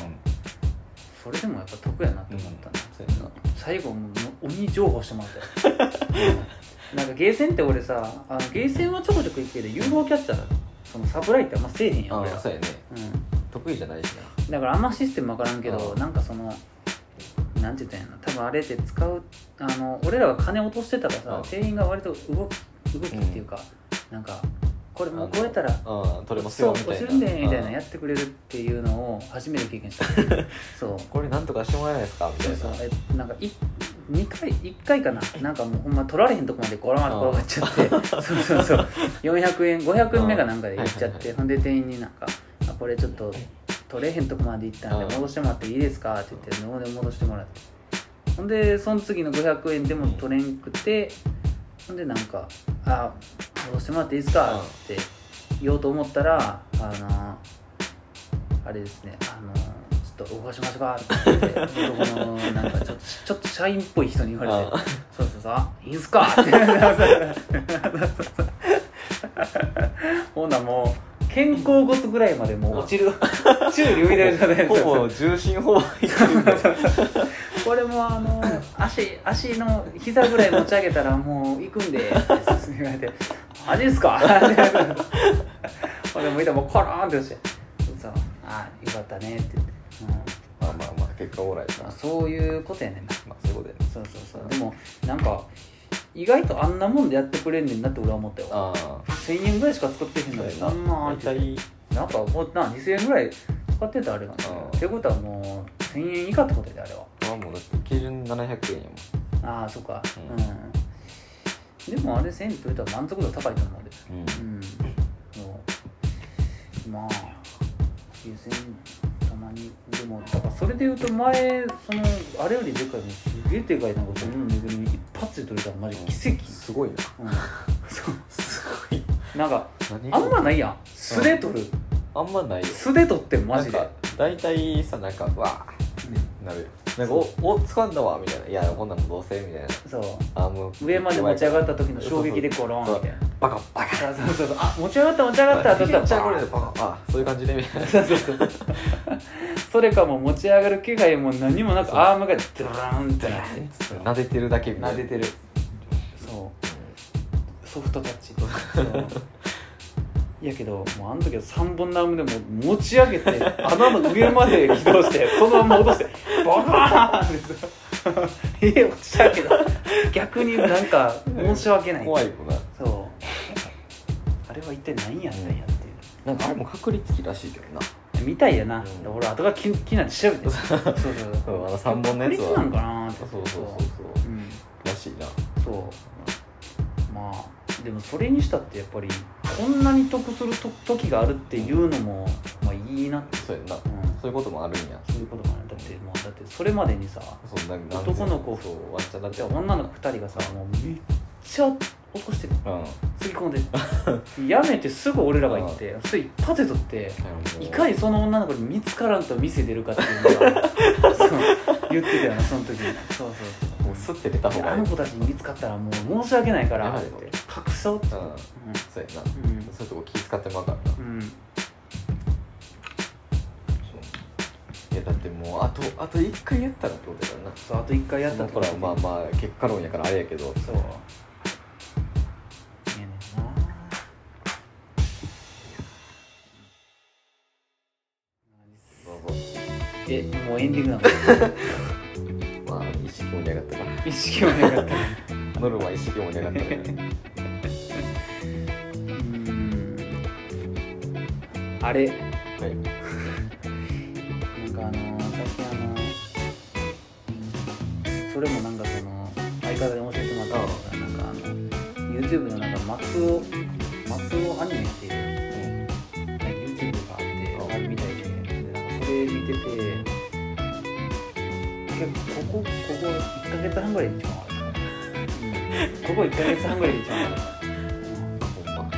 Speaker 1: それでもやっぱ得やなって思ったね、
Speaker 2: うんそうやな
Speaker 1: 最後もう鬼情報してもらったよ、うんなんかゲーセンって俺さあのゲーセンはちょこちょこ行くけど UFO キャッチャーそのサプライってあんませえへんやん
Speaker 2: あ
Speaker 1: 俺
Speaker 2: あ
Speaker 1: ら、
Speaker 2: そうやね
Speaker 1: うん、
Speaker 2: 得意じゃないしな
Speaker 1: だからあんまシステム分からんけど
Speaker 2: うん
Speaker 1: なんかそのなんて言ったんやろ多分あれって使うあの俺らは金落としてたから
Speaker 2: うん
Speaker 1: さ店員が割と動き動きっていうか、なんかこれもう超えたら
Speaker 2: ああ取れます
Speaker 1: そ
Speaker 2: よ
Speaker 1: う落
Speaker 2: みたい
Speaker 1: ち
Speaker 2: な
Speaker 1: るんでみたいな
Speaker 2: あ
Speaker 1: やってくれるっていうのを初めて経 験したそう
Speaker 2: あこれなんとかしてもらえないですかみた
Speaker 1: そう
Speaker 2: い
Speaker 1: そう
Speaker 2: な
Speaker 1: えなんかい二回一回かななんかもうほんま取られへんとこまでゴロまで転がっちゃってそうそうそう400円500円目がなんかで行っちゃ
Speaker 2: はいは
Speaker 1: っ
Speaker 2: いは
Speaker 1: てほんで店員になんか「あこれちょっと取れへんとこまで行ったん
Speaker 2: うん
Speaker 1: で戻してもらっていいですか?」って言ってほんで戻してもらってほんでその次の500円でも取れんくてほんでなんか「あ戻してもらっていいですか?」って言おうと思ったらあのあれですね、あのちょっと動かしましょうかって言って、男のなんかちょっとちょっと社員っぽい人に言われて、
Speaker 2: あ
Speaker 1: そうそうそう、あいいんすかって言われてそうそうそうほんならもう、肩甲骨ぐらいまでもう落ちる、宙に浮いてる状 態です。
Speaker 2: ほぼ重心ほぼ入ってるんだよ
Speaker 1: これもあの足足の膝ぐらい持ち上げたらもう行くんでって 言われて「マジですか?」 俺もいたらもうコローンって落ちて「そうああよかったね」って言って、
Speaker 2: まあまあまあ結果オーライ
Speaker 1: う
Speaker 2: だ
Speaker 1: んま
Speaker 2: な
Speaker 1: あ、そういうことやねんな
Speaker 2: まあそういうことやね
Speaker 1: そうそうそうでもなんか意外とあんなもんでやってくれんねんなって俺は思ったよ
Speaker 2: ああ
Speaker 1: 1000円ぐらいしか使ってへん
Speaker 2: そ
Speaker 1: の
Speaker 2: う
Speaker 1: に
Speaker 2: や
Speaker 1: そんな
Speaker 2: な大体
Speaker 1: なんかもうな2000円ぐらい使ってたあれがね
Speaker 2: うん
Speaker 1: ってことはもう1000円以下ってことやであれは
Speaker 2: あもうだって基準700円やもん
Speaker 1: ああそっか
Speaker 2: う
Speaker 1: うん、でもあれ1000円取れたら満足度高いと思うで
Speaker 2: うん
Speaker 1: うんもうまあ9000円たまにでもだからそれで言うと前そのあれよりでかいのすげえでかいなんかそんなぬいぐるみ一発で取れたらマジ奇跡、
Speaker 2: すごいな
Speaker 1: うんそう
Speaker 2: すごい
Speaker 1: なんか
Speaker 2: 何
Speaker 1: あんまないやん素で取る
Speaker 2: あんまないよ
Speaker 1: 素で取ってんマジで
Speaker 2: なんか大体さなんかわあなるよなんかおお掴んだわみたいないやこんなんもうどうせみたいな
Speaker 1: そう
Speaker 2: あもう
Speaker 1: 上まで持ち上がった時の衝撃でコロンみたいな
Speaker 2: バカバカ
Speaker 1: そうそうそうそうあ持ち上がった持ち上がったってな
Speaker 2: め
Speaker 1: っ
Speaker 2: っち
Speaker 1: た
Speaker 2: ゃ
Speaker 1: ら
Speaker 2: これでバカあそういう感じでみたいな
Speaker 1: そうそうそう それかもう持ち上がる気配も何もなく
Speaker 2: そう
Speaker 1: アームがドラーンってなって
Speaker 2: 撫でてるだけみたい
Speaker 1: 撫
Speaker 2: な
Speaker 1: でてるそうソフトタッチそうやけどもうあの時は3本のアームでもう持ち上げて穴の上まで移動してそのまま落としてボカーンって家落ちたけど逆になんか申し訳ない
Speaker 2: 怖いよな
Speaker 1: そうあれは一体何やったんやっていう
Speaker 2: なんかあれも確率機らしいけどな
Speaker 1: みたいやな、
Speaker 2: うん
Speaker 1: 俺後が気気になって調 べてそうそう
Speaker 2: う
Speaker 1: そ
Speaker 2: んあの三本のやつは
Speaker 1: 確率なんかなーって
Speaker 2: そうそうそうそう
Speaker 1: うん
Speaker 2: らしいな
Speaker 1: そうまあでもそれにしたってやっぱりこんなに得すると時があるっていうのもまあいいなって、
Speaker 2: そうやんな
Speaker 1: うん、
Speaker 2: そういうこともあるんや
Speaker 1: そういうことかなだってもうだってそれまでにさ
Speaker 2: そうなんか
Speaker 1: 男の子
Speaker 2: そうわっちゃだっ
Speaker 1: じ
Speaker 2: て
Speaker 1: ゃあ女の子2人がさもうめっちゃ起こしてる
Speaker 2: うん
Speaker 1: つぎ込 んでやめてすぐ俺らが行ってそれ一発で取っていかにその女の子に見つからんと店出るかっていうのがそう言ってたよなその時そう
Speaker 2: もうす
Speaker 1: そう
Speaker 2: って出た
Speaker 1: そ
Speaker 2: 方
Speaker 1: う
Speaker 2: が
Speaker 1: あ
Speaker 2: いいう
Speaker 1: の
Speaker 2: んそ
Speaker 1: 子たちに見つかったらもう申し訳ないから
Speaker 2: やば
Speaker 1: っ
Speaker 2: い
Speaker 1: て
Speaker 2: よ
Speaker 1: 隠そうって
Speaker 2: うやんな
Speaker 1: うん
Speaker 2: そういうとこ気遣ってまうからな
Speaker 1: うん、うん、
Speaker 2: そういやだってもうあとあと1回やったらってことやからな
Speaker 1: そうあと1回やった
Speaker 2: だ
Speaker 1: って
Speaker 2: か
Speaker 1: こと
Speaker 2: らまあまあ結果論やからあれやけど
Speaker 1: そうええねんなえもうエンディングなの
Speaker 2: まあ意識盛り上がったな
Speaker 1: 意識もなかった
Speaker 2: ノルマ意識盛り上がったね
Speaker 1: うーんあれな
Speaker 2: はい
Speaker 1: んかあのー最近あのーそれもなんかその相方で教えてもらったのがなんかあの YouTube のなんか松尾松尾アニメっていう、なんか YouTube があって
Speaker 2: あ
Speaker 1: あるみたいででなんかそれ見てて結構ここここ1ヶ月半ぐらいで一番悪い、うん、ここ1ヶ月半ぐらいで一番悪い
Speaker 2: ほんま
Speaker 1: なんか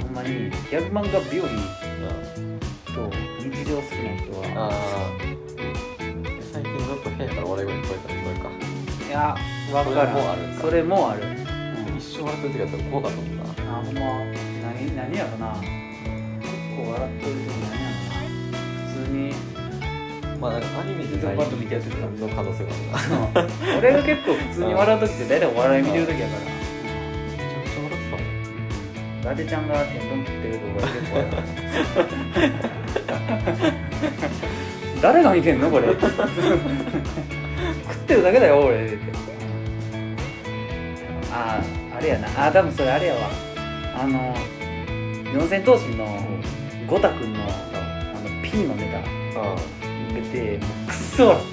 Speaker 1: ほんまにギャグ漫画日和
Speaker 2: うん
Speaker 1: と日常好きな人は
Speaker 2: あー最近ずっと部屋から笑い声聞こえたらそれか
Speaker 1: いやわから
Speaker 2: それもある
Speaker 1: んそれもある、
Speaker 2: 一生笑ってる時だったら怖かったもんな
Speaker 1: うん、あほんま何何やろな結構笑ってる時何やろな普通 に
Speaker 2: まあなんかアニメで
Speaker 1: バッと見てやってた
Speaker 2: その可能性があるな
Speaker 1: そう俺が結構普通に笑う時って大体お笑い見てる時やか
Speaker 2: めちゃめちゃ笑ってたもん
Speaker 1: らガテちゃんが天丼食ってるとこが結構笑う誰が見てんのこれ食ってるだけだよ俺ってあああれやなあ多分それあれやわあの四千頭身のゴタ君のあの P のネタ
Speaker 2: あ
Speaker 1: 出てもうくっそ笑っ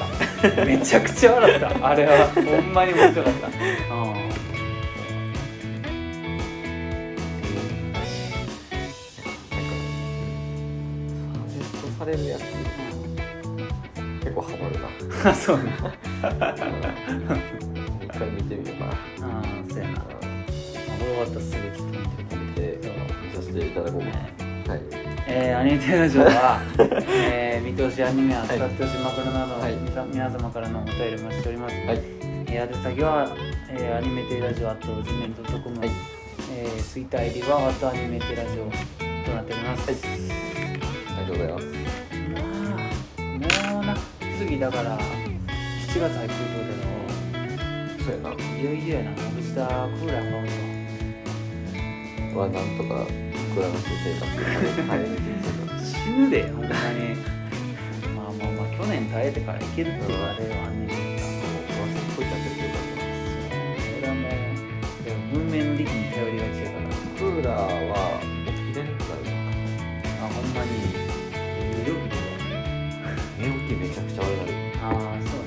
Speaker 1: ためちゃくちゃ笑ったあれはほんまに面白か ったうん
Speaker 2: あ反省されるやつ結構ハマるな
Speaker 1: あそうな
Speaker 2: うん一回見てみようかな
Speaker 1: あーそうやな俺終わったらすぐ聞くん
Speaker 2: 見
Speaker 1: で
Speaker 2: て見させていただこうかはい
Speaker 1: えー、アニメテラジオ は、えー見通しアニメ扱ってほしい枕など、
Speaker 2: はい
Speaker 1: みさ皆様からのお便りをお待ちしております、
Speaker 2: はい
Speaker 1: えー、宛先は、えーアニメテラジオ at gmail.com、
Speaker 2: はい
Speaker 1: えー、ツイッター入りは、あとアニメテラジオとなっておりま
Speaker 2: あ
Speaker 1: す。
Speaker 2: りがとうございます
Speaker 1: まあもうな、次だから、7月入ってくる
Speaker 2: そうやな
Speaker 1: けど、いよいよやな、うちだ、クーラー買うと。
Speaker 2: まあなんとか暮らして生活を早めてみてる
Speaker 1: 死ぬで、ほんまに。まあまあまあ、去年耐えてからいけるって言われはあんねんけどな。
Speaker 2: もう忘れっぽいなってる
Speaker 1: それはもうでも文面力に頼りがちやから
Speaker 2: けどクーラーはもう切れんくなる
Speaker 1: あほんまに無力で
Speaker 2: 寝起きめちゃくちゃ悪くなる
Speaker 1: ああそう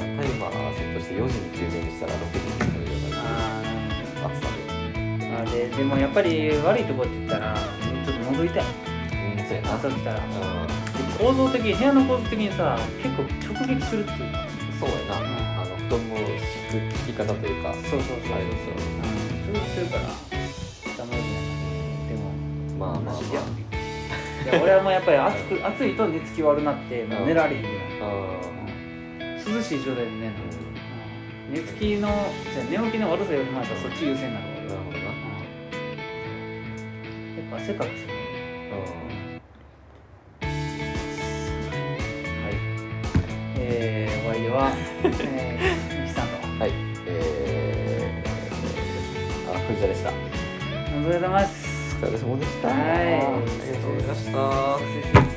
Speaker 2: タイマーセットして4時に休眠したら6時に起きるように
Speaker 1: な
Speaker 2: なる
Speaker 1: あ
Speaker 2: 暑さ
Speaker 1: ーあででもやっぱり悪いとこって言ったらちょっと喉痛い
Speaker 2: でうんそうやな
Speaker 1: 朝起きたらで
Speaker 2: う
Speaker 1: 構造的に部屋の構造的にさ結構直撃するっていうか
Speaker 2: んそうやなあの布団の敷き方というか
Speaker 1: そうそうそう
Speaker 2: あれですよ
Speaker 1: うん直撃するからダメだねでも
Speaker 2: まあまあまあ
Speaker 1: マジでやめるいや俺はもうやっぱり暑く暑いと寝つき悪なってもう寝られへんぐら
Speaker 2: うん
Speaker 1: い涼しい状態で寝るの、寝つきのじゃあ寝起きの悪さよりもやっぱそっち優先なの俺
Speaker 2: なる
Speaker 1: は、
Speaker 2: ほどな
Speaker 1: うんやっぱ汗かくしね
Speaker 2: うん
Speaker 1: はいえー、お相手はえーゆきさんと
Speaker 2: はいえーあ藤田でした
Speaker 1: おめでとうございます
Speaker 2: お疲れ様でした
Speaker 1: はい
Speaker 2: ありがとうございました
Speaker 1: 失礼します